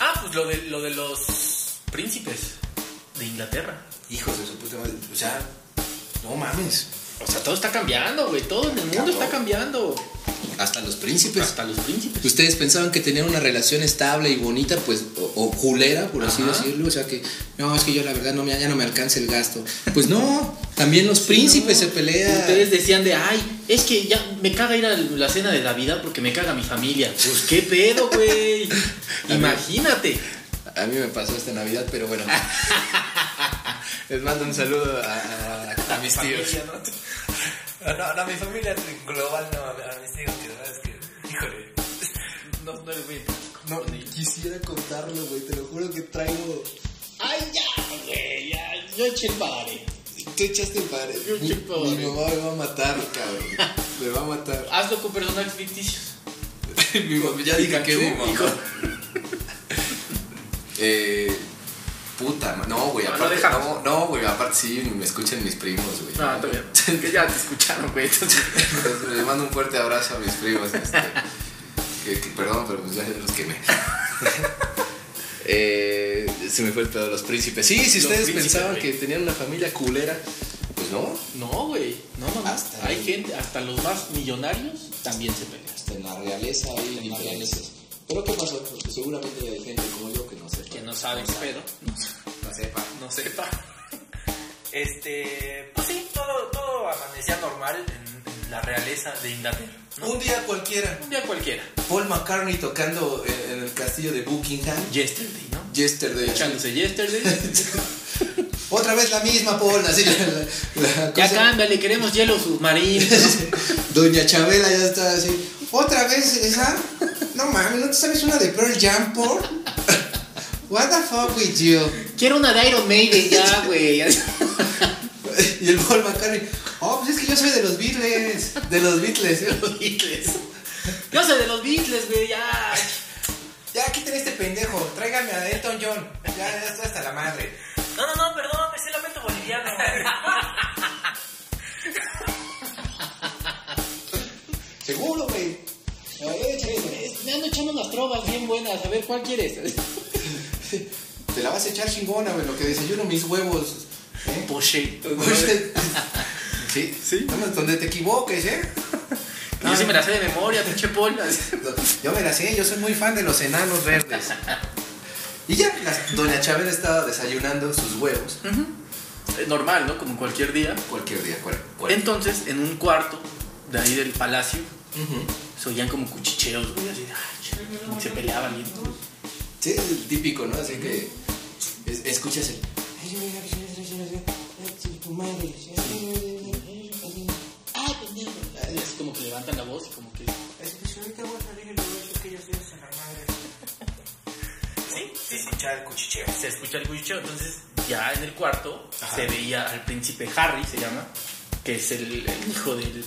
Ah, pues lo de, lo de los príncipes de Inglaterra. Hijos de su puta madre. O sea, no mames. O sea, todo está cambiando, güey. Todo en el mundo Cabrón. pues, está cambiando. Hasta los príncipes. Hasta los príncipes. Ustedes pensaban que tenían una relación estable y bonita, pues, o, o culera, por así Ajá. decirlo. O sea, que, no, es que yo la verdad no me, ya no me alcanza el gasto. Pues no, también los príncipes se pelean. Ustedes decían de, ay, es que ya me caga ir a la cena de Navidad porque me caga mi familia. Pues qué pedo, güey. Imagínate. A mí me pasó esta Navidad, pero bueno. Les mando un saludo a, a- a mis tíos. Familia, ¿no? No, no, mi familia global, no, a mis tíos, que la verdad es que, híjole, No, no eres muy No, quisiera contarlo, güey. Te lo juro que traigo. Ay, ya, güey. Ya, yo eché el padre. Tú echaste el padre. Yo eché el padre. Mi, mi mamá me va a matar, cabrón. Me va a matar. Hazlo con personajes ficticios. mi mamá, ya dije que mi mamá. hijo. Eh, puta, ma- no, güey. No, lo Aparte, no, dejamos. no, güey. aparte, sí, me escuchan mis primos, güey. No, Ah, está bien. Es que ya te escucharon, güey. entonces- Entonces, Les Pues, mando un fuerte abrazo a mis primos. este, que, que- perdón, pero pues ya los quemé. Eh, se me fue el pedo de los príncipes. Sí, si Los ustedes príncipes, pensaban güey. que tenían una familia culera, pues no. No, güey. No, no. Hasta Hay ahí. gente, hasta los más millonarios también se pelean. Hasta en la realeza hay diferencias. Pero ¿qué pasó? Porque seguramente hay gente como yo que no sepa. Que no saben, pero No sepa. no sepa. Este, pues sí, todo, todo amanecía normal en, en la realeza de Inglaterra. ¿no? Un día cualquiera. Un día cualquiera. Paul McCartney tocando en, en el castillo de Buckingham. Yesterday, ¿no? Yesterday. Echándose yesterday. Otra vez la misma Paul. Así la, la- la ya cosa. cámbiale, queremos hielo submarino. Doña Chabela ya está así. Otra vez esa. No mames, ¿no te sabes una de Pearl Jam por? What the fuck with you? Quiero una de Iron Maiden ya, güey. Y el Paul McCartney. Oh, pues es que yo soy de los Beatles. De los Beatles. Los Beatles. Yo soy de los Beatles, güey, ya. Ya quiten este pendejo. Tráigame a Elton John. Ya, ya está hasta la madre. No, no, no, perdón, es el lamento boliviano. Seguro, güey. A ver, échale. Me ando echando unas trovas bien buenas. A ver, ¿cuál quieres? Te la vas a echar chingona, güey. Lo que desayuno mis huevos. ¿eh? Poche. Sí, Pues, Sí. No, Donde te equivoques, ¿eh? Yo sí me la sé de memoria, pinche polvo. Yo me la sé, yo soy muy fan de los enanos verdes. Y ya, la- doña Chabela estaba desayunando sus huevos Normal, ¿no? Como cualquier día. cualquier día, cual, cual- Entonces, en un cuarto de ahí del palacio, Ujú. se oían como cuchicheos, güey, así, de, "Ay, ch-", como que se peleaban. bien. Sí, es el típico, ¿no? Así que es- escuchas el... Y así como que levantan la voz y como que... sí, se sí, sí. escucha el cuchicheo. Se escucha el cuchicheo, entonces ya en el cuarto se veía al príncipe Harry, se llama, que es el, el hijo del, del,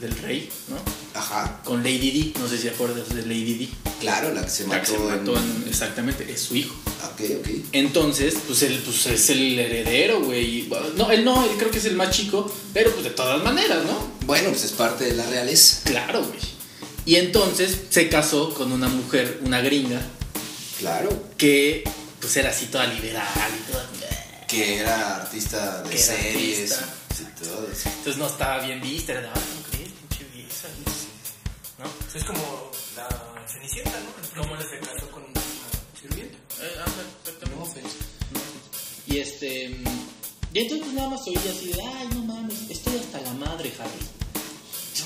del- del rey, ¿no? Ajá. Con Lady D, no sé si acuerdas de Lady D. Claro, la que se La que mató, se mató en... en- exactamente, es su hijo. Ok, ok. Entonces, pues él pues, es el heredero, güey. y- No, él no, él creo que es el más chico, pero pues de todas maneras, ¿no? Bueno, pues es parte de la realeza. Claro, güey. Y entonces se casó con una mujer, una gringa, Claro. que pues era así toda liberal y toda... Que era artista de Que era series artista. y todo eso. Entonces no estaba bien vista, era de, "Ay, ¿cómo crees, pinche vieja?", no sé, ¿No? Es como la Cenicienta, ¿no? ¿Cómo les se casó con una sirvienta? No offense. Y este. mm, Y entonces pues, nada más oí así de, ay, no mames, estoy hasta la madre, Harry.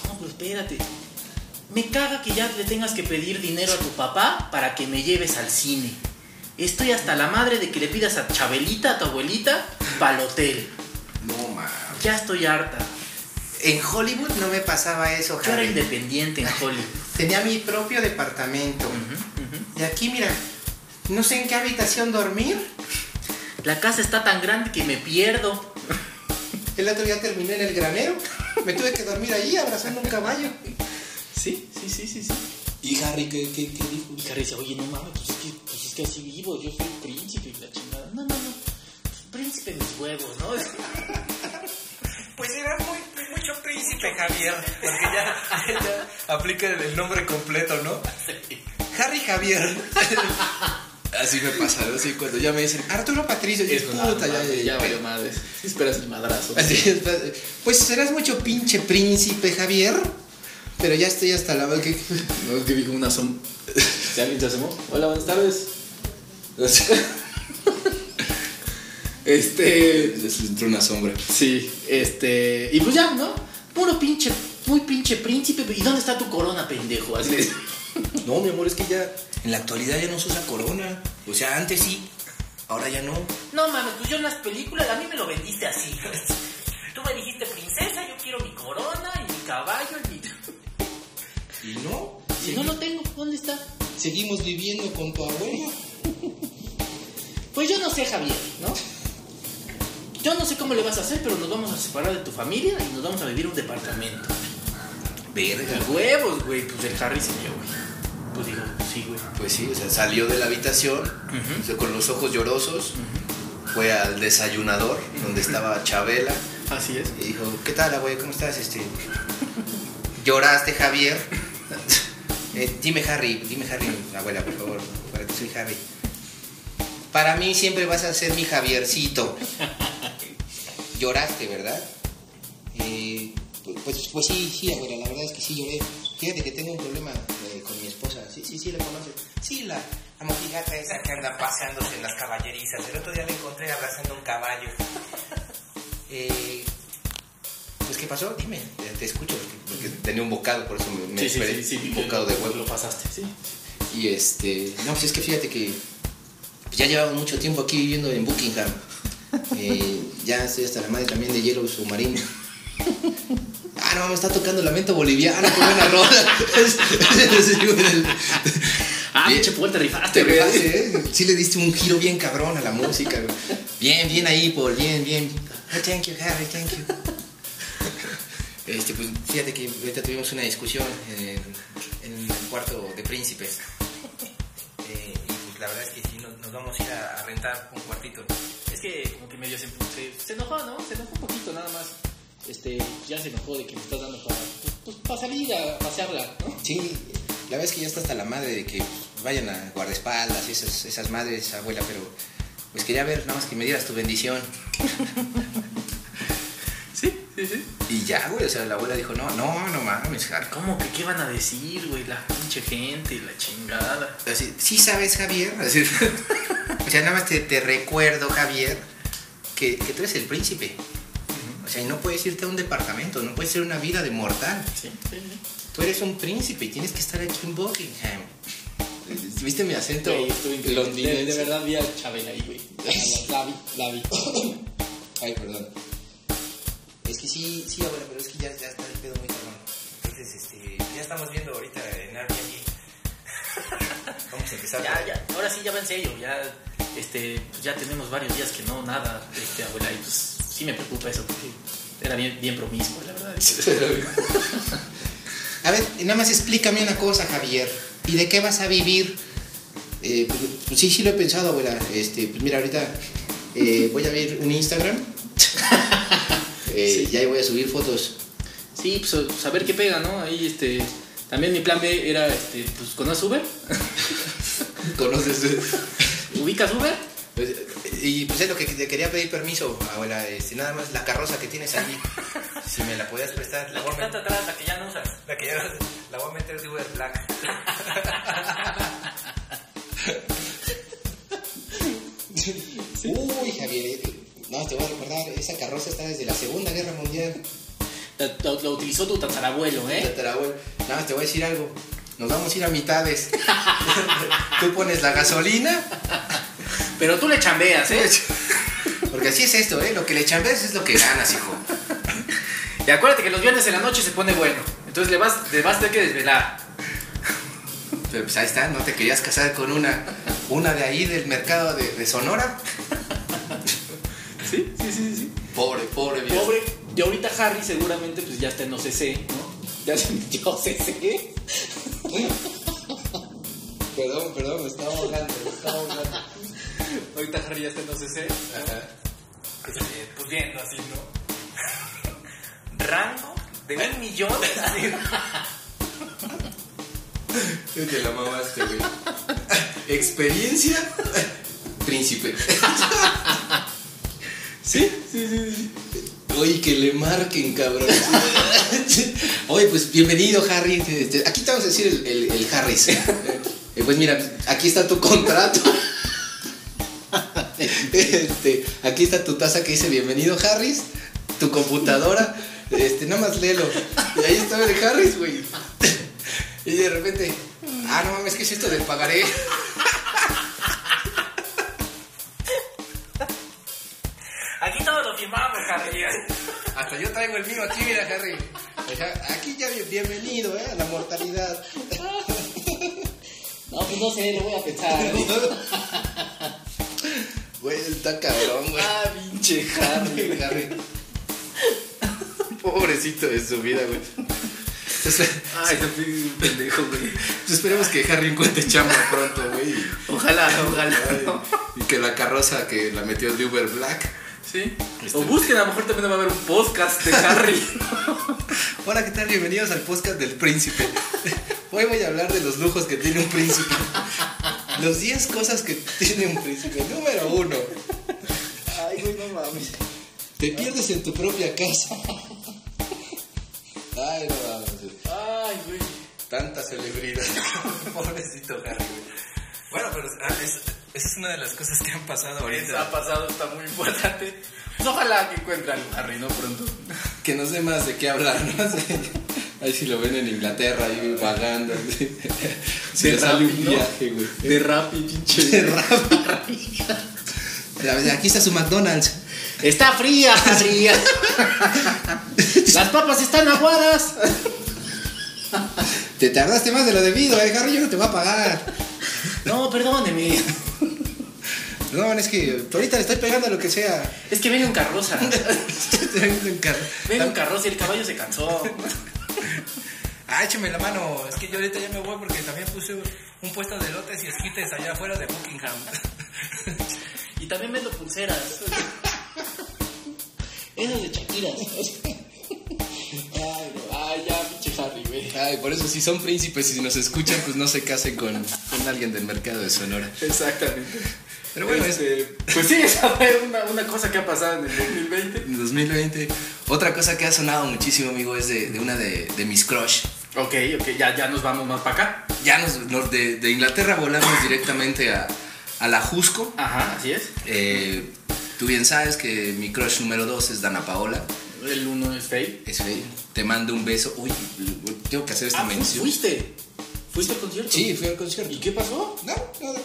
No, pero espérate. Me caga que ya le tengas que pedir dinero a tu papá para que me lleves al cine. Estoy hasta la madre de que le pidas a Chabelita, a tu abuelita, para el hotel. No mames. Ya estoy harta. En Hollywood no me pasaba eso, Yo era Harry. independiente en Hollywood. Tenía mi propio departamento. Mm. Y aquí, mira, no sé en qué habitación dormir. La casa está tan grande que me pierdo. El otro día terminé en el granero. Me tuve que dormir allí abrazando un caballo. Sí, sí, sí, sí, sí. ¿Y Harry qué, qué- qué dijo? Y Harry dice, oye, no mames, pues es que, pues es que así vivo, yo soy príncipe y la chingada. No, no, no, pues, príncipe mis huevos, ¿no? Pues era muy, mucho príncipe Javier, porque ya, ya aplica el, el nombre completo, ¿no? Harry Javier. Así me pasa, ¿no? Sí, cuando ya me dicen, Arturo Patricio, y puta, ya, ya, ya. valió madres. Esperas el madrazo. Así es, pues serás mucho pinche príncipe, Javier. Pero ya estoy hasta la... ¿Qué, No, es que dijo una som... ¿Si alguien se asomó? Hola, buenas tardes. este... Les entró una sombra. Sí, este... Y pues ya, ¿no? Puro pinche, muy pinche príncipe. ¿Y dónde está tu corona, pendejo? Así es. No, mi amor, es que ya en la actualidad ya no se usa corona. O sea, antes sí, ahora ya no. No mames, pues yo en las películas a mí me lo vendiste así. pues. Tú me dijiste princesa, yo quiero mi corona y mi caballo y mi... ¿Y no? Si no lo tengo, ¿dónde está? Seguimos viviendo con tu abuela. Pues yo no sé, Javier, ¿no? Yo no sé cómo le vas a hacer, pero nos vamos a separar de tu familia y nos vamos a vivir a un departamento. Verga. Huevos, güey, pues el Harry se dio, güey. Pues digo, sí, güey. Pues sí, o sea, salió de la habitación o sea, con los ojos llorosos. Fue al desayunador donde estaba Chabela Así es. y dijo, ¿qué tal, güey? ¿Cómo estás? Este, ¿Lloraste, Javier? Eh, dime, Harry, dime, Harry, abuela, por favor, para ti soy Javi. Para mí siempre vas a ser mi Javiercito. Lloraste, ¿verdad? Eh, pues, pues sí, sí, abuela, la verdad es que sí lloré. Fíjate que tengo un problema eh, con mi esposa. Sí, sí, sí, la conoces. Sí, la amortigata esa que anda paseándose en las caballerizas. El otro día la encontré abrazando un caballo. Eh, pues, ¿qué pasó? Dime, te, te escucho. Porque, porque tenía un bocado, por eso me, me esperé un bocado de huevo. Lo pasaste, sí. Y este. No, pues es que fíjate que ya llevamos mucho tiempo aquí viviendo en Buckingham. Eh, ya estoy hasta la madre también de hielo submarino. Ah, no, me está tocando lamento boliviano, qué buena rola. Sí, güey. Ah, Bien. pinche Paul, te rifaste, Te güey. rifaste, ¿eh? Sí le diste un giro bien cabrón a la música. güey. Bien, bien ahí, Paul, bien, bien. Oh, thank you, Harry, thank you. Este, pues fíjate que ahorita tuvimos una discusión en, en el cuarto de príncipes. Eh, y pues la verdad es que sí, nos, nos vamos a ir a, a rentar un cuartito. Es que como que medio se, se, se enojó, ¿no? Se enojó un poquito nada más. Este, ya se enojó de que me estás dando para, pues, pues, para salir a pasearla, ¿no? Sí, la verdad es que ya está hasta la madre de que vayan a guardaespaldas y esas, esas madres, abuela, pero pues quería ver, nada más que me dieras tu bendición. Sí, sí, sí. Y ya, güey, o sea, la abuela dijo, no, no, no mames, Harry. ¿Cómo que qué van a decir, güey? La pinche gente, la chingada. Así, sí sabes, Javier. Así, o sea, nada más te, te recuerdo, Javier, que, que tú eres el príncipe. O sea, y no puedes irte a un departamento, no puedes ser una vida de mortal. Sí, sí, sí. Tú eres un príncipe y tienes que estar aquí en Buckingham. ¿Viste mi acento? Güey, estuve increíble. de, londinense? de verdad vi a Chabela ahí, güey. La, la vi, la vi. Ay, perdón. Es que sí, sí, abuela, pero es que ya, ya está el pedo muy cabrón. Entonces, este, ya estamos viendo ahorita en Airbnb. Vamos a empezar. Ya, ya, ahora sí, ya va en serio. Ya, este, pues, ya tenemos varios días que no, nada, este, abuela. Y pues sí me preocupa eso porque era bien, bien promiscuo, la verdad. A ver, nada más explícame una cosa, Javier. ¿Y de qué vas a vivir? Eh, pues, pues sí, sí lo he pensado, abuela. Este, pues mira, ahorita eh, voy a abrir un Instagram. Eh, Y ahí voy a subir fotos. Sí, pues o- pues, a ver qué pega, ¿no? Ahí, este. También mi plan B era, este, pues conoces Uber, ¿Conoces? ubicas Uber. Pues, y pues es lo que te quería pedir permiso, abuela. Este, nada más la carroza que tienes allí. Si me la podías prestar. La que está atrás, la que ya no usas. La que ya la voy a meter de Uber Black. Uy, Javier. No, te voy a recordar. Esa carroza está desde la Segunda Guerra Mundial. La- Lo, lo utilizó tu tatarabuelo, ¿eh? Tatarabuelo. Nada más te voy a decir algo. Nos vamos a ir a mitades. Tú pones la gasolina. Pero tú le chambeas, ¿eh? Porque así es esto, ¿eh? Lo que le chambeas es lo que ganas, hijo. Y acuérdate que los viernes en la noche se pone bueno. Entonces le vas, le vas a tener que desvelar. Pero pues ahí está, no te querías casar con una, una de ahí del mercado de, de Sonora. Sí, sí, sí, sí. Pobre, pobre, viejo. Pobre, y ahorita Harry seguramente pues ya está en OCC, ¿no? Ya se metió a OCC. Perdón, perdón, me estaba ahogando, me estaba ahogando. Ahorita Harry ya está en OCC. Ajá. Este, Eh, pues viendo así, ¿no? Rango de un millón. así. Te la mamaste, güey. Experiencia, príncipe. Sí, sí, sí, sí. Oye, que le marquen, cabrón. Oye, pues bienvenido, Harry. Este, Aquí te vamos a decir el, el- el Harris. Eh, Pues mira, aquí está tu contrato. Este, aquí está tu taza que dice bienvenido, Harris. Tu computadora. Este, nada más léelo. Y ahí estaba el Harris, güey. Y de repente, ah, no mames, ¿qué es esto del pagaré? Aquí todos lo firmamos, Harry. Hasta yo traigo el mío aquí, mira, Harry. O sea, Aquí ya bien- bienvenido, ¿eh? A la mortalidad. No, pues no sé, lo voy a pensar. Güey, está cabrón, güey. ah, pinche Harry. Harry. Pobrecito de su vida, güey. Entonces, Ay, ese pinche pendejo, güey. Pues esperemos que Harry encuentre chamba pronto, güey. y- Ojalá, ojalá. ¿no? Y que la carroza que la metió de Uber Black. Sí. O busquen, a lo mejor también va a haber un podcast de Harry. Hola, ¿qué tal? Bienvenidos al podcast del príncipe. Hoy voy a hablar de los lujos que tiene un príncipe. Los 10 cosas que tiene un príncipe. Número uno. Ay, güey, no mames. Te pierdes en tu propia casa. Ay, no mames. Ay, güey. Tanta celebridad. Pobrecito Harry. güey. Bueno, pero ah, es- esa es una de las cosas que han pasado Ha ahorita. pasado, está muy importante. Pues ojalá que encuentre algo, Harry, ¿no? Pronto. Que no sé más de qué hablar, ¿no? Sí. Ahí si lo ven en Inglaterra, ahí vagando. así. Se le sale un rápido. viaje, güey. De Rappi, pinche. De Aquí está su McDonald's. Está fría, Harry. Las papas están aguadas. Te tardaste más de lo debido, eh, Harry, yo no te voy a pagar. No, perdóneme. No, es que ahorita le estoy pegando a lo que sea. Es que vengo en carroza. Tremendo encargo. Vengo en carroza y el caballo se cansó. Ah, écheme la mano. Es que yo ahorita ya me voy porque también puse un puesto de lotes y esquites allá afuera de Buckingham. Y también vendo pulseras. Eso de Shakira. Ay, no. Ay, ya, pinche Harry, güey. Ay, por eso si son príncipes y si nos escuchan, pues no se casen con, con alguien del mercado de Sonora. Exactamente. Pero bueno, es- Este, pues sí, esa fue una, una cosa que ha pasado en el 2020. en 2020. Otra cosa que ha sonado muchísimo, amigo, es de, de una de, de mis crush. Ok, ok, ya, ya nos vamos más para acá. Ya nos, nos- de, de Inglaterra volamos directamente a, a la Jusco. Ajá, así es. Eh, tú bien sabes que mi crush número 2 es Dana Paola. El uno es fake. Es fe- Te mando un beso. Uy, tengo que hacer esta Ah, fu- mención. fuiste. ¿Fuiste al concierto? Sí, fui al concierto. ¿Y qué pasó? No, nada.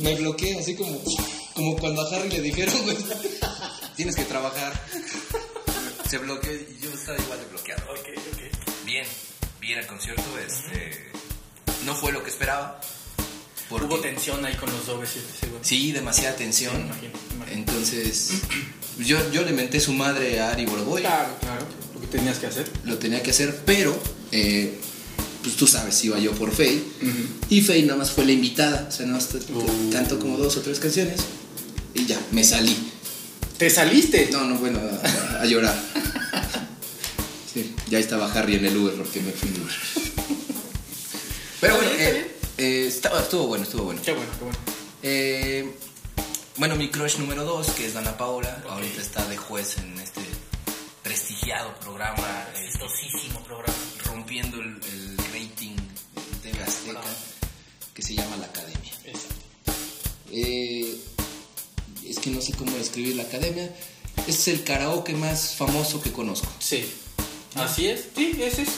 Me bloqueé así como, como cuando a Harry le dijeron, güey, tienes que trabajar. Se bloqueó y yo estaba igual de bloqueado. Ok, ok. Bien, bien al concierto. Este, No fue lo que esperaba. porque- Hubo tensión ahí con los dobles, seguro. Sí, demasiada tensión. imagino, imagino. Entonces, yo, yo le menté Eh, su madre a Ari Borgoy. Claro, claro. Lo que tenías que hacer. Lo tenía que hacer, pero eh, pues tú sabes, iba yo por Faye. Y Faye nada más fue la invitada. O sea, nada más t- t- Uh. tanto como dos o tres canciones. Y ya, me salí. ¿Te saliste? No, no, bueno, a, a llorar. Sí, ya estaba Harry en el Uber porque me fui en Uber. Pero bueno, Está bien, eh, eh, estaba- estuvo bueno, estuvo bueno. Qué bueno, qué bueno. Eh, bueno, mi crush número dos, que es Dana Paola, ahorita está de juez en este prestigiado programa, este, eh, Exitosísimo programa. rompiendo el, el rating de la Azteca, que se llama La Academia. Eh, es que no sé cómo describir La Academia. Es el karaoke más famoso que conozco. Sí. Así es. Sí, ese es.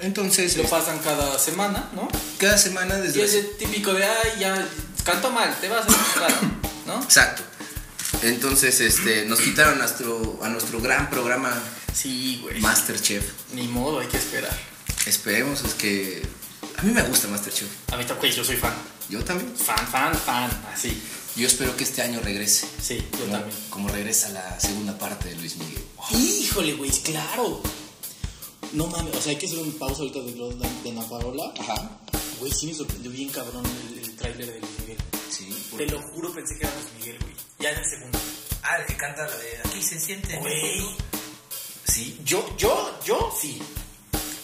Entonces, Lo es- pasan cada semana, ¿no? Este, cada semana Y desde... es el típico de, ay, ya canto mal, te vas a frustrar, ¿no? Exacto. Entonces, este, nos quitaron a nuestro, a nuestro gran programa Sí, güey. Masterchef. Ni modo, hay que esperar. Esperemos, es que a mí me gusta Masterchef. A mí tampoco, yo soy fan. Yo también. Fan, fan, fan. Así. Yo espero que este año regrese. Sí, yo como, también. como regresa la segunda parte de Luis Miguel. Híjole, güey, claro. No mames, o sea, hay que hacer un pausa ahorita de los de Naparola. Ajá. Güey, sí me sorprendió bien cabrón el, el tráiler de Luis Miguel. Sí. por- Te lo juro, pensé que era Luis Miguel, güey. Ya en el segundo. Ah, el que canta la de aquí se siente. Güey. Sí. Yo, yo, yo sí.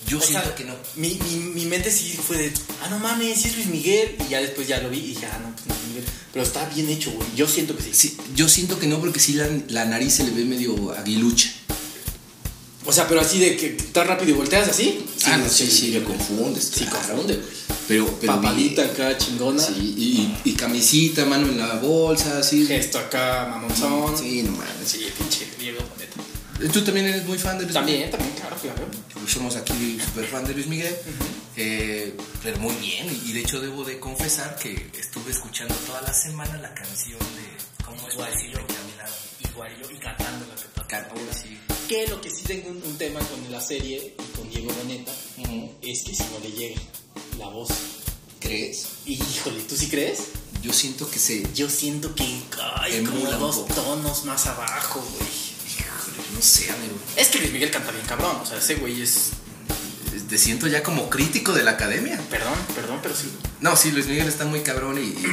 Yo O siento sea, que no. Mi, mi, mi mente sí fue de, ah, no mames, sí es Luis Miguel. Y ya después ya lo vi y dije, ah, no, pues no es Luis Miguel. Pero está bien hecho, güey. Yo siento que sí. Sí, yo siento que no porque sí la, la nariz se le ve medio aguilucha. O sea, pero así de que tan rápido y volteas así. ah, no, sí, sé, sí, lo confundes. Sí, claro. confunde, güey. Pero, pero Papadita bien. acá, chingona. Sí, y, y- y camisita, mano en la bolsa, así. Gesto acá, mamonzón. Sí, no mames. Sí, pinche Diego Boneta. Tú también eres muy fan de Luis Pues También, ¿eh? también, claro, fíjate. Pues somos aquí super fan de Luis Miguel, eh, pero muy bien. Y de hecho debo de confesar que estuve escuchando toda la semana la canción de ¿Cómo es posible que a mi lado? Igual yo y cantando la que toca. Carpool, sí. Que lo que sí tengo un, un tema con la serie y con Diego Boneta es que si no le llega la voz. ¿Crees? Híjole, ¿tú sí crees? Yo siento que se... Yo siento que ay, como Emula un dos poco. tonos más abajo, güey. Híjole, no sé, amigo. Es que Luis Miguel canta bien cabrón, o sea, ese güey es. Te siento ya como crítico de la academia. Perdón, perdón, pero sí. No, sí, Luis Miguel está muy cabrón y, y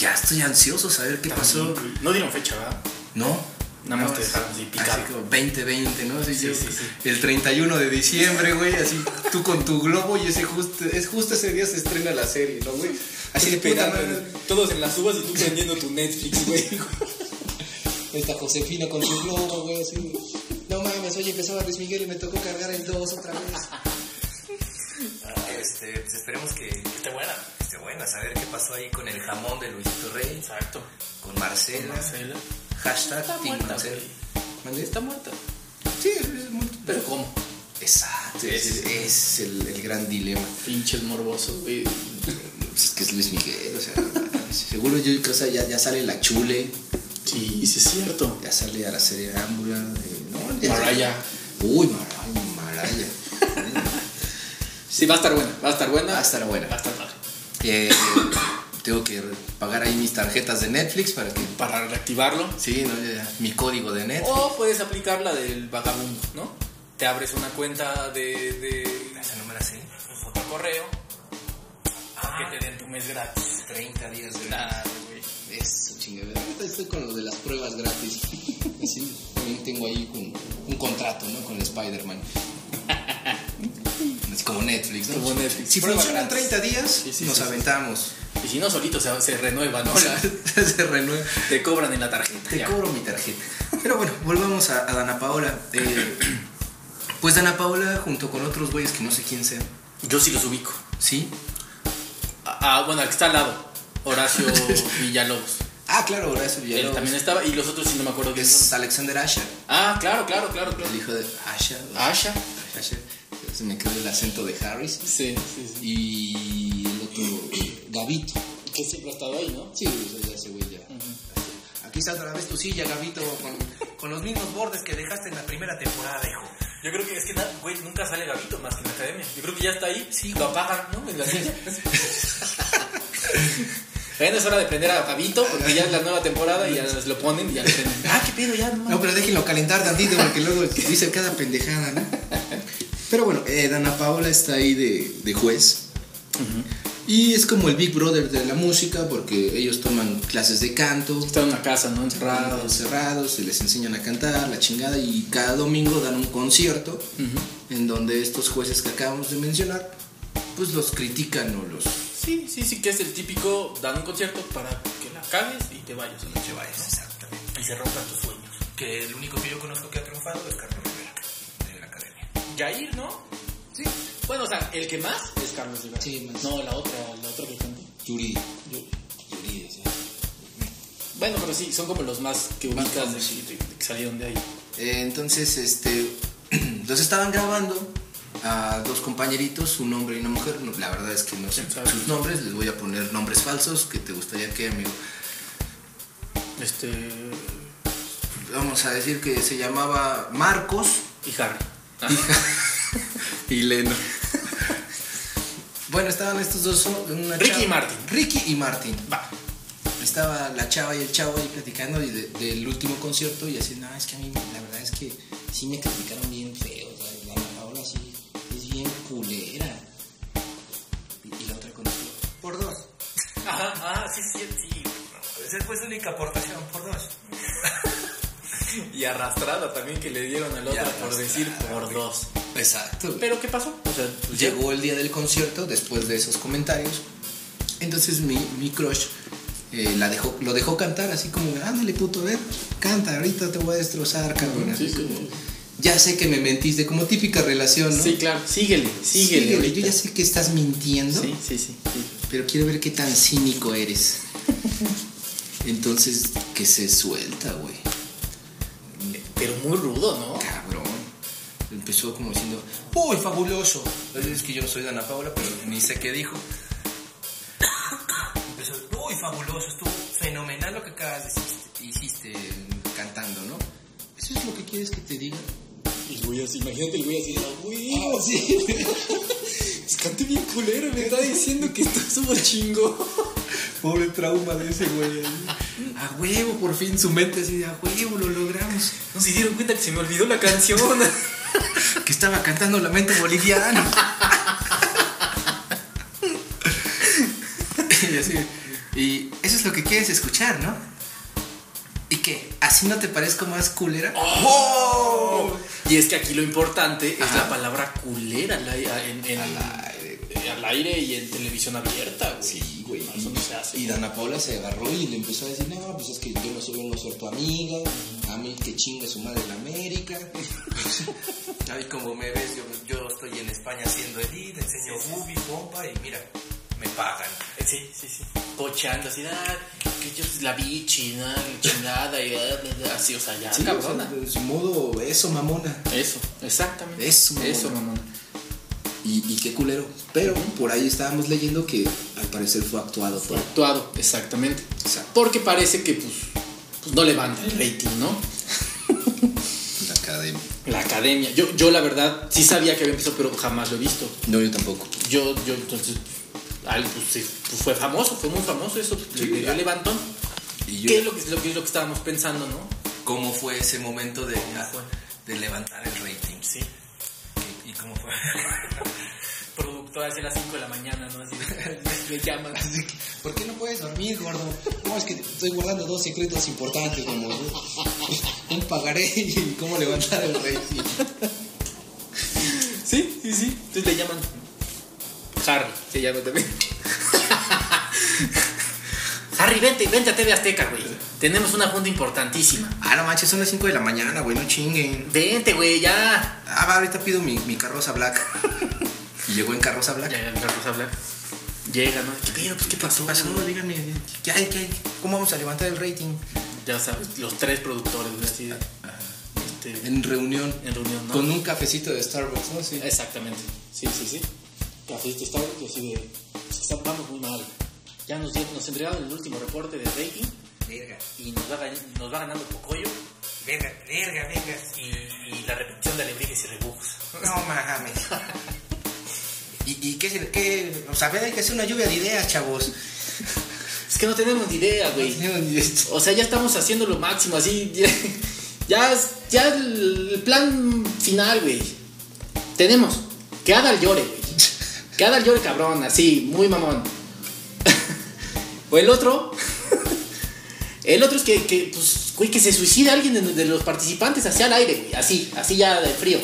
ya estoy ansioso a saber qué pasó. No dieron fecha, ¿verdad? No. Nada más te dejaron así picado. como 2020, ¿no? Así Sí, yo- sí, sí. El 31 de diciembre, güey, así tú con tu globo y ese justo, es justo ese día se estrena la serie, ¿no, güey? Pues Así de puta madre. Todos en las uvas y tú prendiendo tu Netflix, güey. Esta Josefina con su globo, güey, así. güey. No mames, oye, empezaba Luis Miguel y me tocó cargar el 2 otra vez. Este, pues esperemos que, que Te buena. esté buena, saber qué pasó ahí con el jamón de Luisito Rey, Exacto. con Marcela. Marcela. Hashtag Está Team muerta, Marcela. güey. ¿Mande? Está muerta. Sí, es muy- Pero ¿cómo? Exacto, es, es el, el gran dilema. Pinches morbosos, güey. Pues es que es Luis Miguel, o sea, seguro yo, o sea, ya, ya sale la chule, Sí, sí es cierto. ya sale a la serie Ámbula, eh, ¿no? Ya- Mariah. Uy, Maraya, Maraya. Sí, va a estar buena, va a estar buena. Va a Ah, estar buena. Va a estar padre. Eh, tengo que re- pagar ahí mis tarjetas de Netflix para que. Para reactivarlo. Sí, no, ya, ya, mi código de Netflix. O puedes aplicar la del vagabundo, ¿no? Te abres una cuenta de, de Esa no me la sé. correo Ah. que te den tu mes gratis. 30 días de Claro, güey. Eso, chingadera. Ahorita Estoy con lo de las pruebas gratis. Sí, también tengo ahí un, un contrato, ¿no? Con el Spider-Man. Es como Netflix, ¿no? Como Netflix. Si Prueba funcionan gratis. 30 días, sí, nos sí, sí. aventamos. Y si no, solito se, se renueva, ¿no? O sea, Se renueva. te cobran en la tarjeta. Te ya. cobro mi tarjeta. Pero bueno, volvamos a, a Dana Paola. Eh, pues Dana Paola junto con otros güeyes que no sé quién sean. Yo sí los ubico. ¿Sí? Ah, ah, bueno, al que está al lado. Horacio Villalobos. Ah, claro, Horacio Él Villalobos. también estaba. Y los otros sí no me acuerdo quién Es son. Alexander Asher, Ah, claro, claro, claro, claro. el hijo de Asher. Asha. Asher. Se me quedó el acento de Harris. Sí, sí, sí. Y el otro, Gavito. Que siempre ha estado ahí, ¿no? Sí, o sea, ya ese güey ya. Aquí está otra vez tu silla, Gabito, con, con los mismos bordes que dejaste en la primera temporada, hijo. Yo creo que es que, na- güey, nunca sale Gabito más que en la academia. Yo creo que ya está ahí. Sí, lo apagan, ¿no? En la silla. Bueno, es hora de prender a Gabito porque ya es la nueva temporada y ya se lo ponen y ya lo prenden. Ah, qué pedo, ya, no mames. No, pero déjenlo calentar tantito porque luego dice cada pendejada, ¿no? Pero bueno, eh, Dana Paola está ahí de, de juez. Y es como el Big Brother de la música porque ellos toman clases de canto, Están en la casa, ¿no? Encerrados. cerrados, cerrados, se les enseñan a cantar, la chingada, y cada domingo dan un concierto en donde estos jueces que acabamos de mencionar, pues los critican o los... Sí, sí, sí, que es el típico dan un concierto para que la cagues y te vayas. o no te vayas, exactamente. Y se rompan tus sueños. Que el único que yo conozco que ha triunfado es Carlos Rivera, de la academia. Jair, ¿no? Sí. Bueno, o sea, el que más es Carlos Rivera. Sí, más. No, la otra, la otra que canta. Yuri, Yo- Yuri, decía. Bueno, pero sí, son como los más que ubicas de, de- de que salieron de ahí. Eh, Entonces, este, los estaban grabando a dos compañeritos, un hombre y una mujer. No, la verdad es que no sé ¿Quién sabe? sus nombres, les voy a poner nombres falsos que te gustaría que, amigo. Este. Vamos a decir que se llamaba Marcos Y Harry. y Leno. bueno, estaban estos dos. Una Ricky chava- y Martin. Ricky y Martin. Va. Estaba la chava y el chavo ahí platicando y de- del último concierto y así, no, es que a mí la verdad es que sí me criticaron bien feo, o sea, la Ana Paola sí es bien culera. Y, y la otra contestó, por dos. Ajá, ah, sí, sí, sí. Esa fue su única aportación, por dos. Y arrastrada también que le dieron al otro por decir por dos. Exacto. Pero ¿qué pasó? O sea, pues ya- Llegó el día del concierto después de esos comentarios, entonces mi, mi crush eh, la dejó, lo dejó cantar así como, ándale puto, a ver, canta, ahorita te voy a destrozar, cabrón. Así como, ya sé que me mentiste, como típica relación, ¿no? Sí, claro. Síguele, síguele. Síguele, ahorita. yo ya sé que estás mintiendo, Sí, sí, sí. sí. pero quiero ver qué tan cínico eres. Entonces, que se suelta, güey. Pero muy rudo, ¿no? Cabrón. Empezó como diciendo, ¡Uy, fabuloso! Es que yo no soy Dana Paula, pero ni sé qué dijo. Empezó, uy, fabuloso, estuvo fenomenal lo que acabas de decir. Hiciste cantando, ¿no? ¿Eso es lo que quieres que te diga? Y el güey así, imagínate el güey así, "Ah, güey, Oh, así. Es Cante bien culero, me está diciendo que está súper chingo. Pobre trauma de ese güey. A huevo, por fin su mente así de a huevo, lo logramos. No se dieron cuenta que se me olvidó la canción. Que estaba cantando Lamento Boliviano. y así. Y eso es lo que quieres escuchar, ¿no? ¿Y qué? ¿Así no te parezco más culera? ¡Oh! Y es que aquí lo importante es Ajá. la palabra culera al ai- a- en- en- eh, al, aire. aire y en televisión abierta, güey. Sí, güey. No, Eso no se hace. Y Dana Paula se agarró y le empezó a decir, no, pues es que yo no soy, no soy tu amiga, a mí que chinga su madre la América. Ay, como me ves, yo, yo estoy en España haciendo edit, enseño bubi, pompa y mira, me pagan. Eh, Sí, sí, sí. Pochando así, ah, que yo la vi china, chingada, y ah, bla, bla, así, o sea, ya, cabrona. de su modo, eso, mamona. Eso, exactamente. Eso, mamona. Eso, mamona. Y, y qué culero. Pero por ahí estábamos leyendo que al parecer fue actuado por... Actuado, exactamente. Exacto. Porque parece que, pues, pues, no levanta el rating, ¿no? La academia. La academia. Yo, yo la verdad, sí sabía que había empezado, pero jamás lo he visto. No, yo tampoco. Yo, yo, entonces, al- pues, sí, pues, fue famoso, fue muy famoso eso. pues, le- le dio levantón. Y ¿Qué es lo que, lo, que es lo que estábamos pensando, no? ¿Cómo fue ese momento de, ah, fue? de levantar el rating? Sí. ¿Y cómo fue? Productoras de las 5 de la mañana, ¿no? Así, me llaman. ¿Por qué no puedes dormir, gordo? No, es que estoy guardando dos secretos importantes, como un pagaré y cómo levantar el rey. Sí, sí, sí. Entonces le llaman Harry, se llama también. Harry, vente, vente a TV Azteca, güey. Tenemos una junta importantísima. Ah, no manches, son las 5 de la mañana, güey, no chinguen. Vente, güey, ya. Ah, va, ahorita pido mi, mi carroza black. Y llegó en carroza black. Ya, vamos a hablar. Llega, ¿no? ¿Qué pedo? Pues, ¿Qué pasó? ¿Qué pasó? Díganme, ¿qué hay, qué hay? ¿Cómo vamos a levantar el rating? Ya sabes, los tres productores, güey, así. de- Este, en, En reunión. reunión, ¿no? Con un cafecito de Starbucks, ¿no? Sí. Exactamente. Sí, sí, sí. Cafecito Starbucks y así de. "Pues, está- Vamos muy mal. Ya nos, dieron- nos entregaron el último reporte de rating Verga, y nos va, gan- nos va ganando Pocoyo verga, verga, verga. y, y la repetición de alebrijes y rebujos. No mames. ¿Y, y qué, se- qué? O sea, a ver, hay que hacer una lluvia de ideas, chavos. Es que no tenemos ni idea, güey. O sea, ya estamos haciendo lo máximo, así. Ya, ya, es- ya el plan final, güey. tenemos que Adal llore, güey. Que Adal llore, cabrón, así, muy mamón. o el otro. el otro es que, que, pues, güey, que se suicida alguien de, de los participantes hacia el aire, güey. Así, así ya de frío.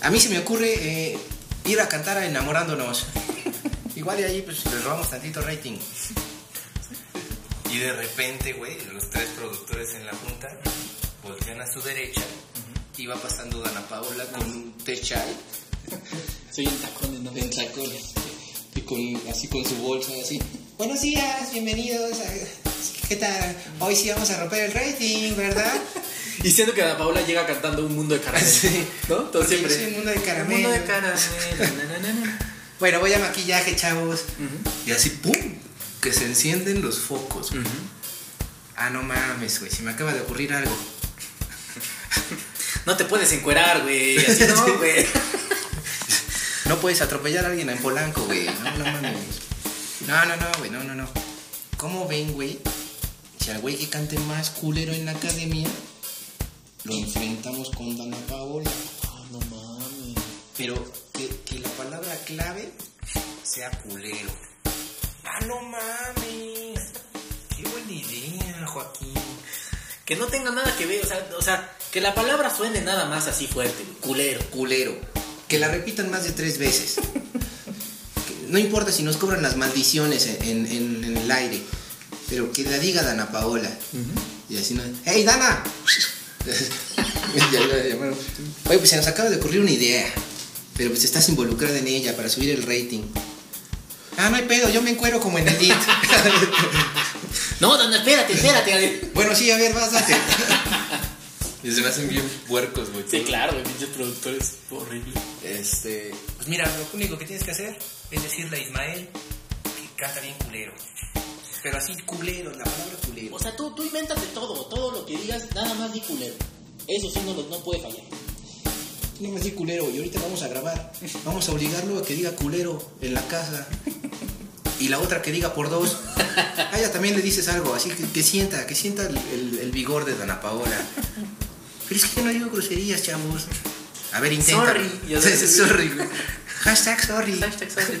A mí se me ocurre eh, ir a cantar a Enamorándonos. Igual y ahí pues le robamos tantito rating. Y de repente, güey, los tres productores en la junta voltean a su derecha. Iba pasando Dana Paola con un techay, Soy un tacón, no en tacones, y con, así con su bolsa, así. Buenos días, bienvenidos. a- ¿Qué tal? Hoy sí vamos a romper el rating, ¿verdad? Y siento que Ana Paola llega cantando un mundo de caramelo. ¿No? Entonces Porque yo siempre. soy el mundo de "Un caramelo. mundo de caramelo. na, na, na, na". Bueno, voy a maquillaje, chavos. Ujú. Y así, ¡pum! Que se encienden los focos. güey. Ah, no mames, güey. Se me acaba de ocurrir algo. No te puedes encuerar, güey. Así no, güey. No puedes atropellar a alguien en Polanco, güey. No, no mames. No, no, no, güey. No, no, no. ¿Cómo ven, güey? Si al güey que cante más culero en la academia, lo enfrentamos con Dana Paola. Ah, no mames. Pero que, que la palabra clave sea culero. ¡Ah, no mames! ¡Qué buena idea, Joaquín! Que no tenga nada que ver, o sea, o sea, que la palabra suene nada más así fuerte, güey. Culero. Culero. Que la repitan más de tres veces. Que- No importa si nos cobran las maldiciones en, en- en el aire, pero que la diga Dana Paola. Y así no. ¡Hey, Dana! Ya la llamaron. Oye, pues se nos acaba de ocurrir una idea. Pero pues estás involucrada en ella para subir el rating. Ah, no hay pedo, yo me encuero como en el lead. No, no, no, espérate, espérate. Ale. bueno, sí, a ver, vas, date. y se me hacen bien puercos, güey. Sí, claro, güey, pinches productores horrible. Este. Pues mira, lo único que tienes que hacer es decirle a Ismael que canta bien culero. Pero así culero, la palabra culero. O sea, tú, tú invéntate todo, todo lo que digas, nada más di culero. Eso sí no, lo- no puede fallar. No me di culero y ahorita vamos a grabar. Vamos a obligarlo a que diga culero en la casa. Y la otra que diga por dos. A ella también le dices algo, así que, que sienta, que sienta el, el- el vigor de Dana Paola. Pero es que yo no digo groserías, chavos. A ver, intenta. Sorry, ya sabes. sorry, güey. Hashtag sorry. Hashtag sorry.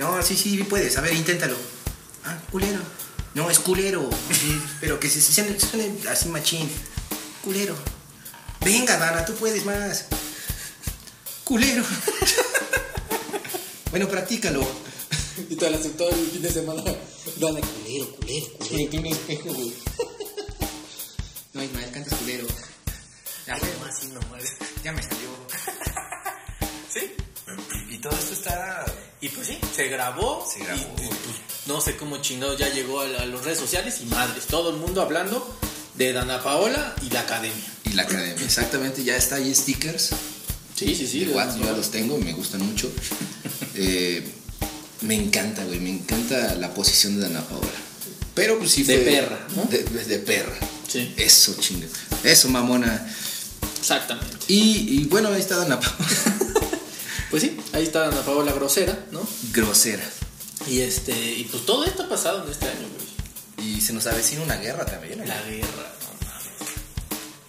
No, sí, sí, puedes. A ver, inténtalo. Ah, culero. No, es culero. Sí, pero que se se suene, suene así machín. Culero. Venga, Dana, tú puedes más. Culero. bueno, practícalo. Y te la aceptó el fin de semana. Dale, culero, culero, culero. un espejo, güey. No, Ismael, cantas culero. Ya, bueno, así nomás. Ya me salió. Sí. Y todo esto está. Y pues sí, se grabó. Se grabó, y- y, güey. pues, no sé cómo chingado ya llegó a, la- a las redes sociales y madres. Todo el mundo hablando de Dana Paola y la academia. Y la academia, exactamente, ya está ahí stickers. Sí, sí, sí. de Watts, yo ya los tengo, me gustan mucho. Eh, me encanta, güey, me encanta la posición de Dana Paola. Pero pues sí De fue- perra, ¿no? De, de- de perra. Sí. Eso, chinga. Eso, mamona. Exactamente. Y, y bueno, ahí está Dana Paola. Pues sí, ahí está Dana Paola grosera, ¿no? Grosera. Y este, y pues todo esto ha pasado en este año, güey. Y se nos avecina una guerra también. ¿eh? La guerra, no mames.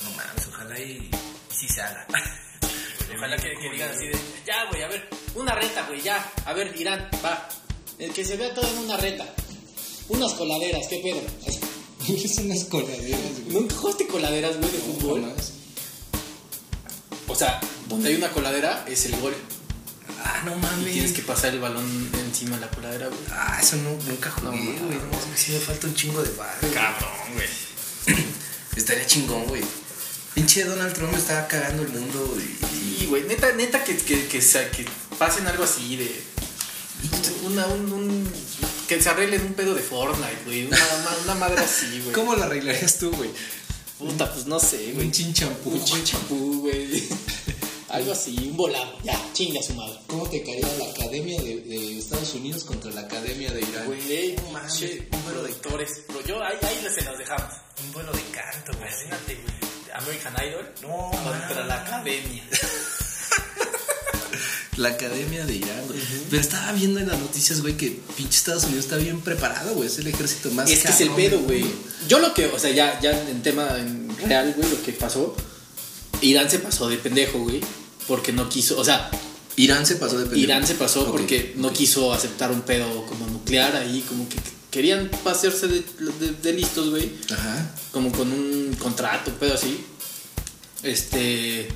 No mames, ojalá y, y sí se haga. Ojalá que, que digan así de, ya, güey, a ver, una reta, güey, ya. A ver, Irán, va. El que se vea todo en una reta. Unas coladeras, qué pedo. es unas coladeras, ¿Nunca jugaste coladeras, güey, de fútbol? O sea, donde hay una coladera es el gol. Ah, no Y mames. tienes que pasar el balón encima de la coladera, güey. Ah, eso no, nunca No, jugué, mames. güey. No, sí me falta un chingo de barrio. Cabrón, güey. Estaría chingón, güey. Pinche Donald Trump estaba cagando el mundo y, Sí, güey, neta, neta que, que, que, sa- que pasen algo así de. Una, un, un- que se arreglen un pedo de Fortnite, güey. Una, ma- una madre así, güey. lo arreglarías tú, güey? Puta, pues no sé, güey. Un chinchampú. Un chinchampú, güey. Algo así, un volado. Ya, chinga su madre. ¿Cómo te caería la academia de, de Estados Unidos contra la academia de Irán? Güey, no mames, pinche un vuelo de- productores. Pero yo ahí, ahí se los dejamos. Un vuelo de canto, güey. Imagínate, güey. American Idol No, contra mames. la academia. La academia de Irán, güey. Pero estaba viendo en las noticias, güey, que pinche Estados Unidos está bien preparado, güey. Es el ejército más. Es que es el cabrón pedo, del güey. mundo. Yo lo que, o sea, ya, ya en tema en real, güey, lo que pasó, Irán se pasó de pendejo, güey, porque no quiso, o sea, Irán se pasó de pendejo. Irán se pasó Ok, porque no ok. quiso aceptar un pedo como nuclear ahí, como que querían pasarse de, de- de listos, güey, Ajá. como con un contrato, un pedo así. Este,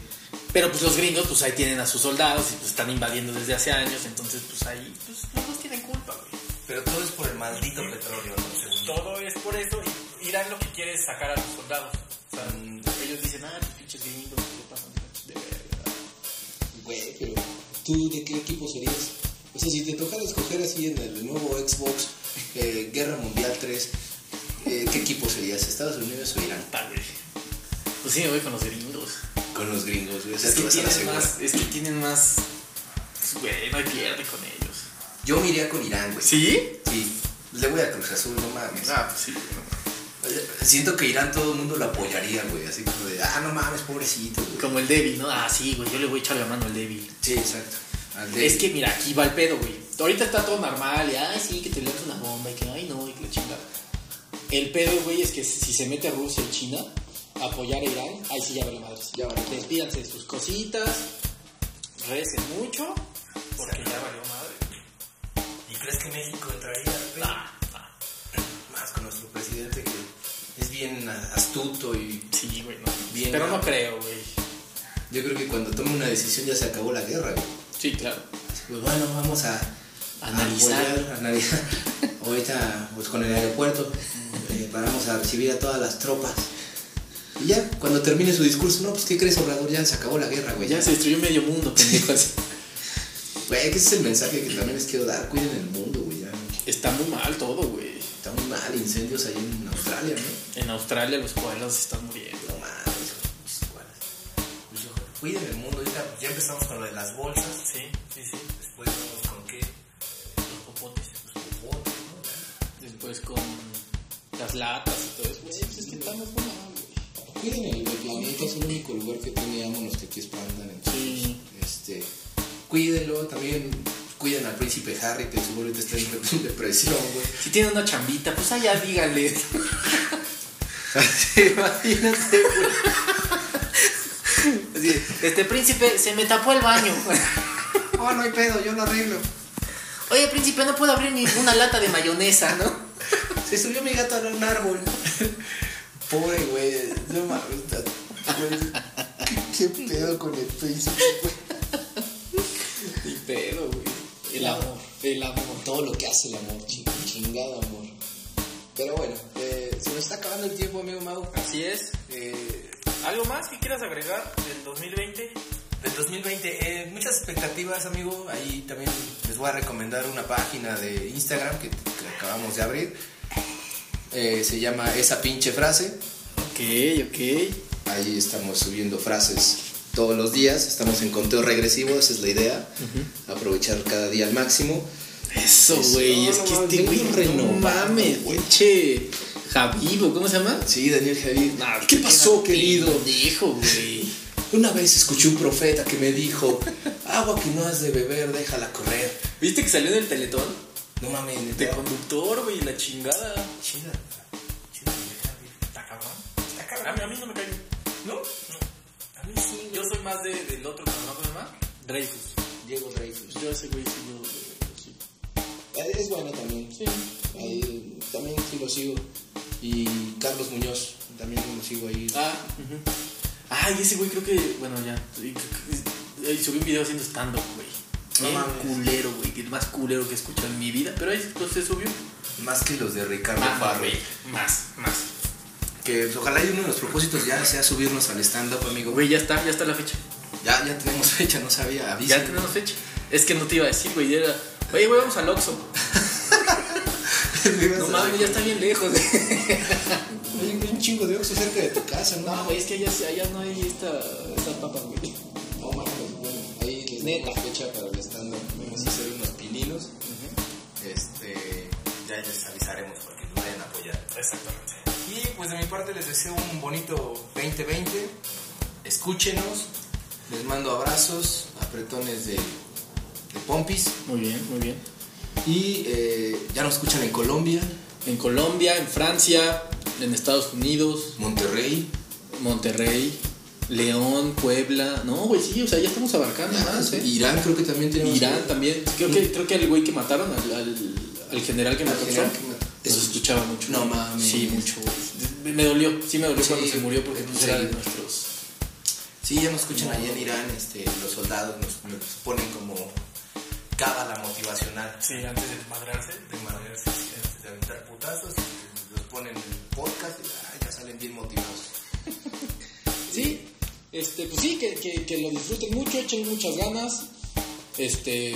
pero pues los gringos pues ahí tienen a sus soldados y pues están invadiendo desde hace años, entonces pues ahí pues no los tienen culpa, güey. Pero todo es por el maldito petróleo, ¿no? Según yo. Todo es por eso. y Irán lo que quiere es sacar a los soldados. O sea, Ellos dicen, "Ah, pues, pinches gringos, ¿qué pasan de verga?" Güey, pero ¿tú de qué equipo serías? O sea, si te tocara escoger así en el nuevo Xbox eh, Guerra Mundial 3, eh, ¿qué equipo serías? ¿Estados Unidos o Irán? Puta, güey. Pues sí, me voy con los gringos. Con los gringos, güey. O sea, Es te que vas a la tienen segura. más, es que tienen más, pues, güey, no hay pierde con ellos. Yo me iría con Irán, güey. ¿Sí? Sí. Le voy a Cruz Azul, no mames. Ah, pues sí. Eh, Siento que Irán todo el mundo lo apoyaría, güey. Así como de, ah, no mames, pobrecito, güey. Como el débil, ¿no? Ah, sí, güey, yo le voy a echar la mano al débil. Sí, exacto. Al de- Es que mira, aquí va el pedo, güey. Ahorita está todo normal, y ay, sí, que te lanzan una bomba, y que ay, no, y que la chingada. El pedo, güey, es que si se mete Rusia y China a apoyar a Irán, ahí sí ya vale madres. Ya vale madres. Despídanse de sus cositas, recen mucho, porque ya valió madre. ¿Y crees que México entraría al pedo? Más con nuestro presidente que es bien astuto y Sí, güey, no. Bien, Pero no ah. creo, güey. yo creo que cuando tome una decisión ya se acabó la guerra, güey. Sí, claro. Así, Pues bueno, vamos a a Analizar. apoyar, a analizar. Ahorita, pues con el aeropuerto, eh, paramos a recibir a todas las tropas. Y ya, cuando termine su discurso, no, pues ¿qué crees, Obrador? Ya se acabó la guerra, güey. Pues Ya se destruyó medio mundo, pendejo. Güey, que ese es el mensaje que también les quiero dar. Cuiden el mundo, güey. ya. Está muy mal todo, güey. Está muy mal, incendios ahí en Australia, ¿no? En Australia los koalas están muriendo. No mames, Pues yo, Cuiden el mundo, ahorita ya empezamos con lo de las bolsas. Sí, sí, sí. Después vamos con qué. Los popotes. Los popotes, ¿no? Después con las latas y todo eso. Güey, pues es que estamos mal, güey. Cuiden el, planeta, es el único lugar que tiene ámonos que aquí espantan. Sí. Este, cuídenlo, también cuiden al príncipe Harry, que seguro ahorita está en depresión, güey. Si tienen una chambita, pues allá díganle. Imagínate, Así, Este príncipe se me tapó el baño. oh, no hay pedo, yo lo arreglo. Oye, príncipe, no puedo abrir ninguna lata de mayonesa, ¿no? Se subió mi gato a un árbol. Pobre, güey. No mames, está- güey, ¿Qué, qué pedo con el príncipe, güey. Ni pedo, güey. El amor, el amor. Todo lo que hace el amor, ching- chingado amor. Pero bueno, eh, se nos está acabando el tiempo, amigo Mau. Así es. Eh, ¿Algo más que quieras agregar del 2020? Del 2020, eh, muchas expectativas, amigo. Ahí también les voy a recomendar una página de Instagram que, que acabamos de abrir. eh, se llama Esa pinche frase. Ok, ok. Ahí estamos subiendo frases todos los días, estamos en conteo regresivo, esa es la idea, aprovechar cada día al máximo. Eso, güey. Es No, que no, este vengo güey no renovado, mames, güey. pinche. Javivo, ¿cómo se llama? Sí, Daniel Javier. Nah, ¿Qué pasó, qué querido? Dijo, güey. Una vez escuché un profeta que me dijo, agua que no has de beber, déjala correr. ¿Viste que salió en el Teletón? No mames, De neta. conductor, güey, la chingada. Chida, chida, vieja, vieja. Está cabrón. Está cabrón. A mí, a mí no me cae bien. ¿No? No. A mí sí. Yo soy más de- del otro que no se llama. Dreyfus. Diego Dreyfus. Yo ese güey sí yo- sí. Eh, Es bueno también. Sí. Ahí, también sí lo sigo. Y Carlos Muñoz, también lo sigo ahí. Ah, ujú. Ay, ese güey creo que. Bueno, ya. y creo que- eh, y Subí un video haciendo stand-up, güey. No Bien mames. culero, güey. El más culero que he escuchado en mi vida. Pero ahí pues, se subió. Más que los de Ricardo Ah, Farro. güey. Más, más. Que pues, ojalá y uno de los propósitos ya sea subirnos al stand-up, amigo. Güey, ya está, ya está la fecha. Ya, ya tenemos fecha, no sabía, avisa. Ya tenemos fecha. Es que no te iba a decir, güey. Era. Oye, güey, vamos al Oxxo. No mames, ya está bien lejos, güey. Oye, hay un chingo de oxo cerca de tu casa, ¿no? No, Ah, güey, es que allá, allá no hay esta, estas papas, güey. No mames, bueno, ahí les Neta. damos fecha para el stand-up. Vamos a hacer unos pininos. Este, ya les avisaremos para que nos vayan a apoyar. Exactamente. Y pues de mi parte les deseo un bonito 2020. Escúchenos, les mando abrazos, apretones de, de pompis. Muy bien, muy bien. Y eh, ya nos escuchan en Colombia, En Colombia, en Francia, en Estados Unidos, Monterrey, Monterrey, León, Puebla. No, güey, sí, o sea, ya estamos abarcando más, ¿eh? Irán creo que también tenemos. Irán también. Creo que, creo que el güey que mataron, al, al- al general que mató a general Trump, que mató. eso se escuchaba mucho. No güey. mames. Sí, mucho, güey. Me- Me dolió, sí me dolió Sí, cuando se murió porque eh, pues, sí. era de nuestros. Sí, ya no escuchan allá en Irán, este, los soldados nos, nos ponen como cábala motivacional Sí, antes de madrarse. de manera de aventar putazos, y los ponen en el podcast y ay, ya salen bien motivados. Sí, este, pues sí, que, que- que lo disfruten mucho, echen muchas ganas. Este,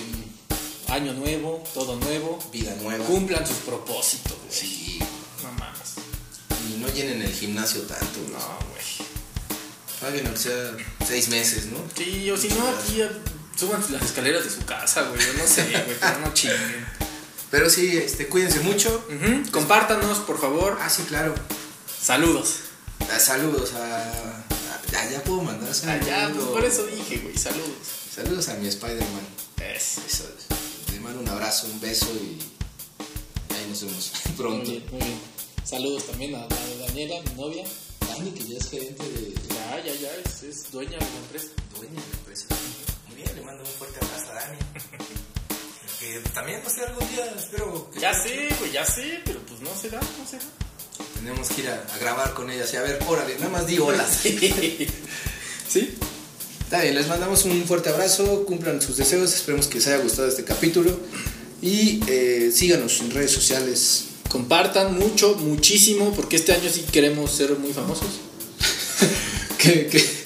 año nuevo, todo nuevo. Vida nueva. Cumplan sus propósitos, güey. Sí, No mames. y no llenen el gimnasio tanto, No, ¿no? güey. Paguen o sea seis meses, ¿no? Sí, o si no, aquí eh, suban las escaleras de su casa, güey. Yo no sé, güey, pero no chinguen. Pero sí, este, cuídense mucho. Ujú, Compártanos, por favor. Ah, sí, claro. Saludos. Ah, Saludos a. a- Ya, ya puedo mandar saludos. Allá, pues por eso dije, güey, saludos. Saludos a mi Spider-Man. Es. Eso es. Te mando un abrazo, un beso y ahí nos vemos Muy pronto. bien, muy bien. Saludos también a, a Daniela, mi novia. Dani, que ya es gerente de Ya, ya, ya, es, es dueña de la empresa. dueña de la empresa. Muy bien, le mando un fuerte abrazo a Dani. que también, no sé, algún día espero que... Ya sé, güey, ya sé, pero pues no se da, no se da. Tenemos que ir a, a grabar con ella. Sí, a ver, órale, nada más di hola. ¿Sí? Está bien, les mandamos un fuerte abrazo, cumplan sus deseos, esperemos que les haya gustado este capítulo y eh, síganos en redes sociales. Compartan mucho, muchísimo, porque este año sí queremos ser muy famosos. Que, que-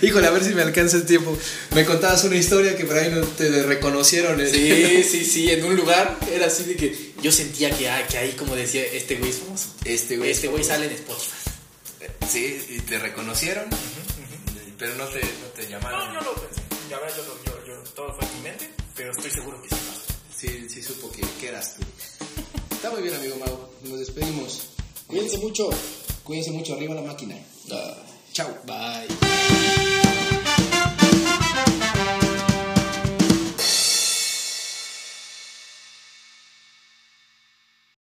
Híjole, a ver si me alcanza el tiempo. Me contabas una historia que por ahí no te reconocieron. eh. Sí, sí, sí, en un lugar era así de que yo sentía que, ah, que ahí, como decía, este güey es famoso. Este güey. Este güey sale en Spotify. Sí, y te reconocieron, pero no te, no te llamaron. No, yo lo pensé. Ya ves, yo, lo- yo, yo, todo fue en mi mente, pero estoy seguro que sí pasó. Sí, sí supo que, que eras tú. Está muy bien, amigo Mau. Nos despedimos. Cuídense mucho. Cuídense mucho. Arriba la máquina. Ah, Chao. Bye.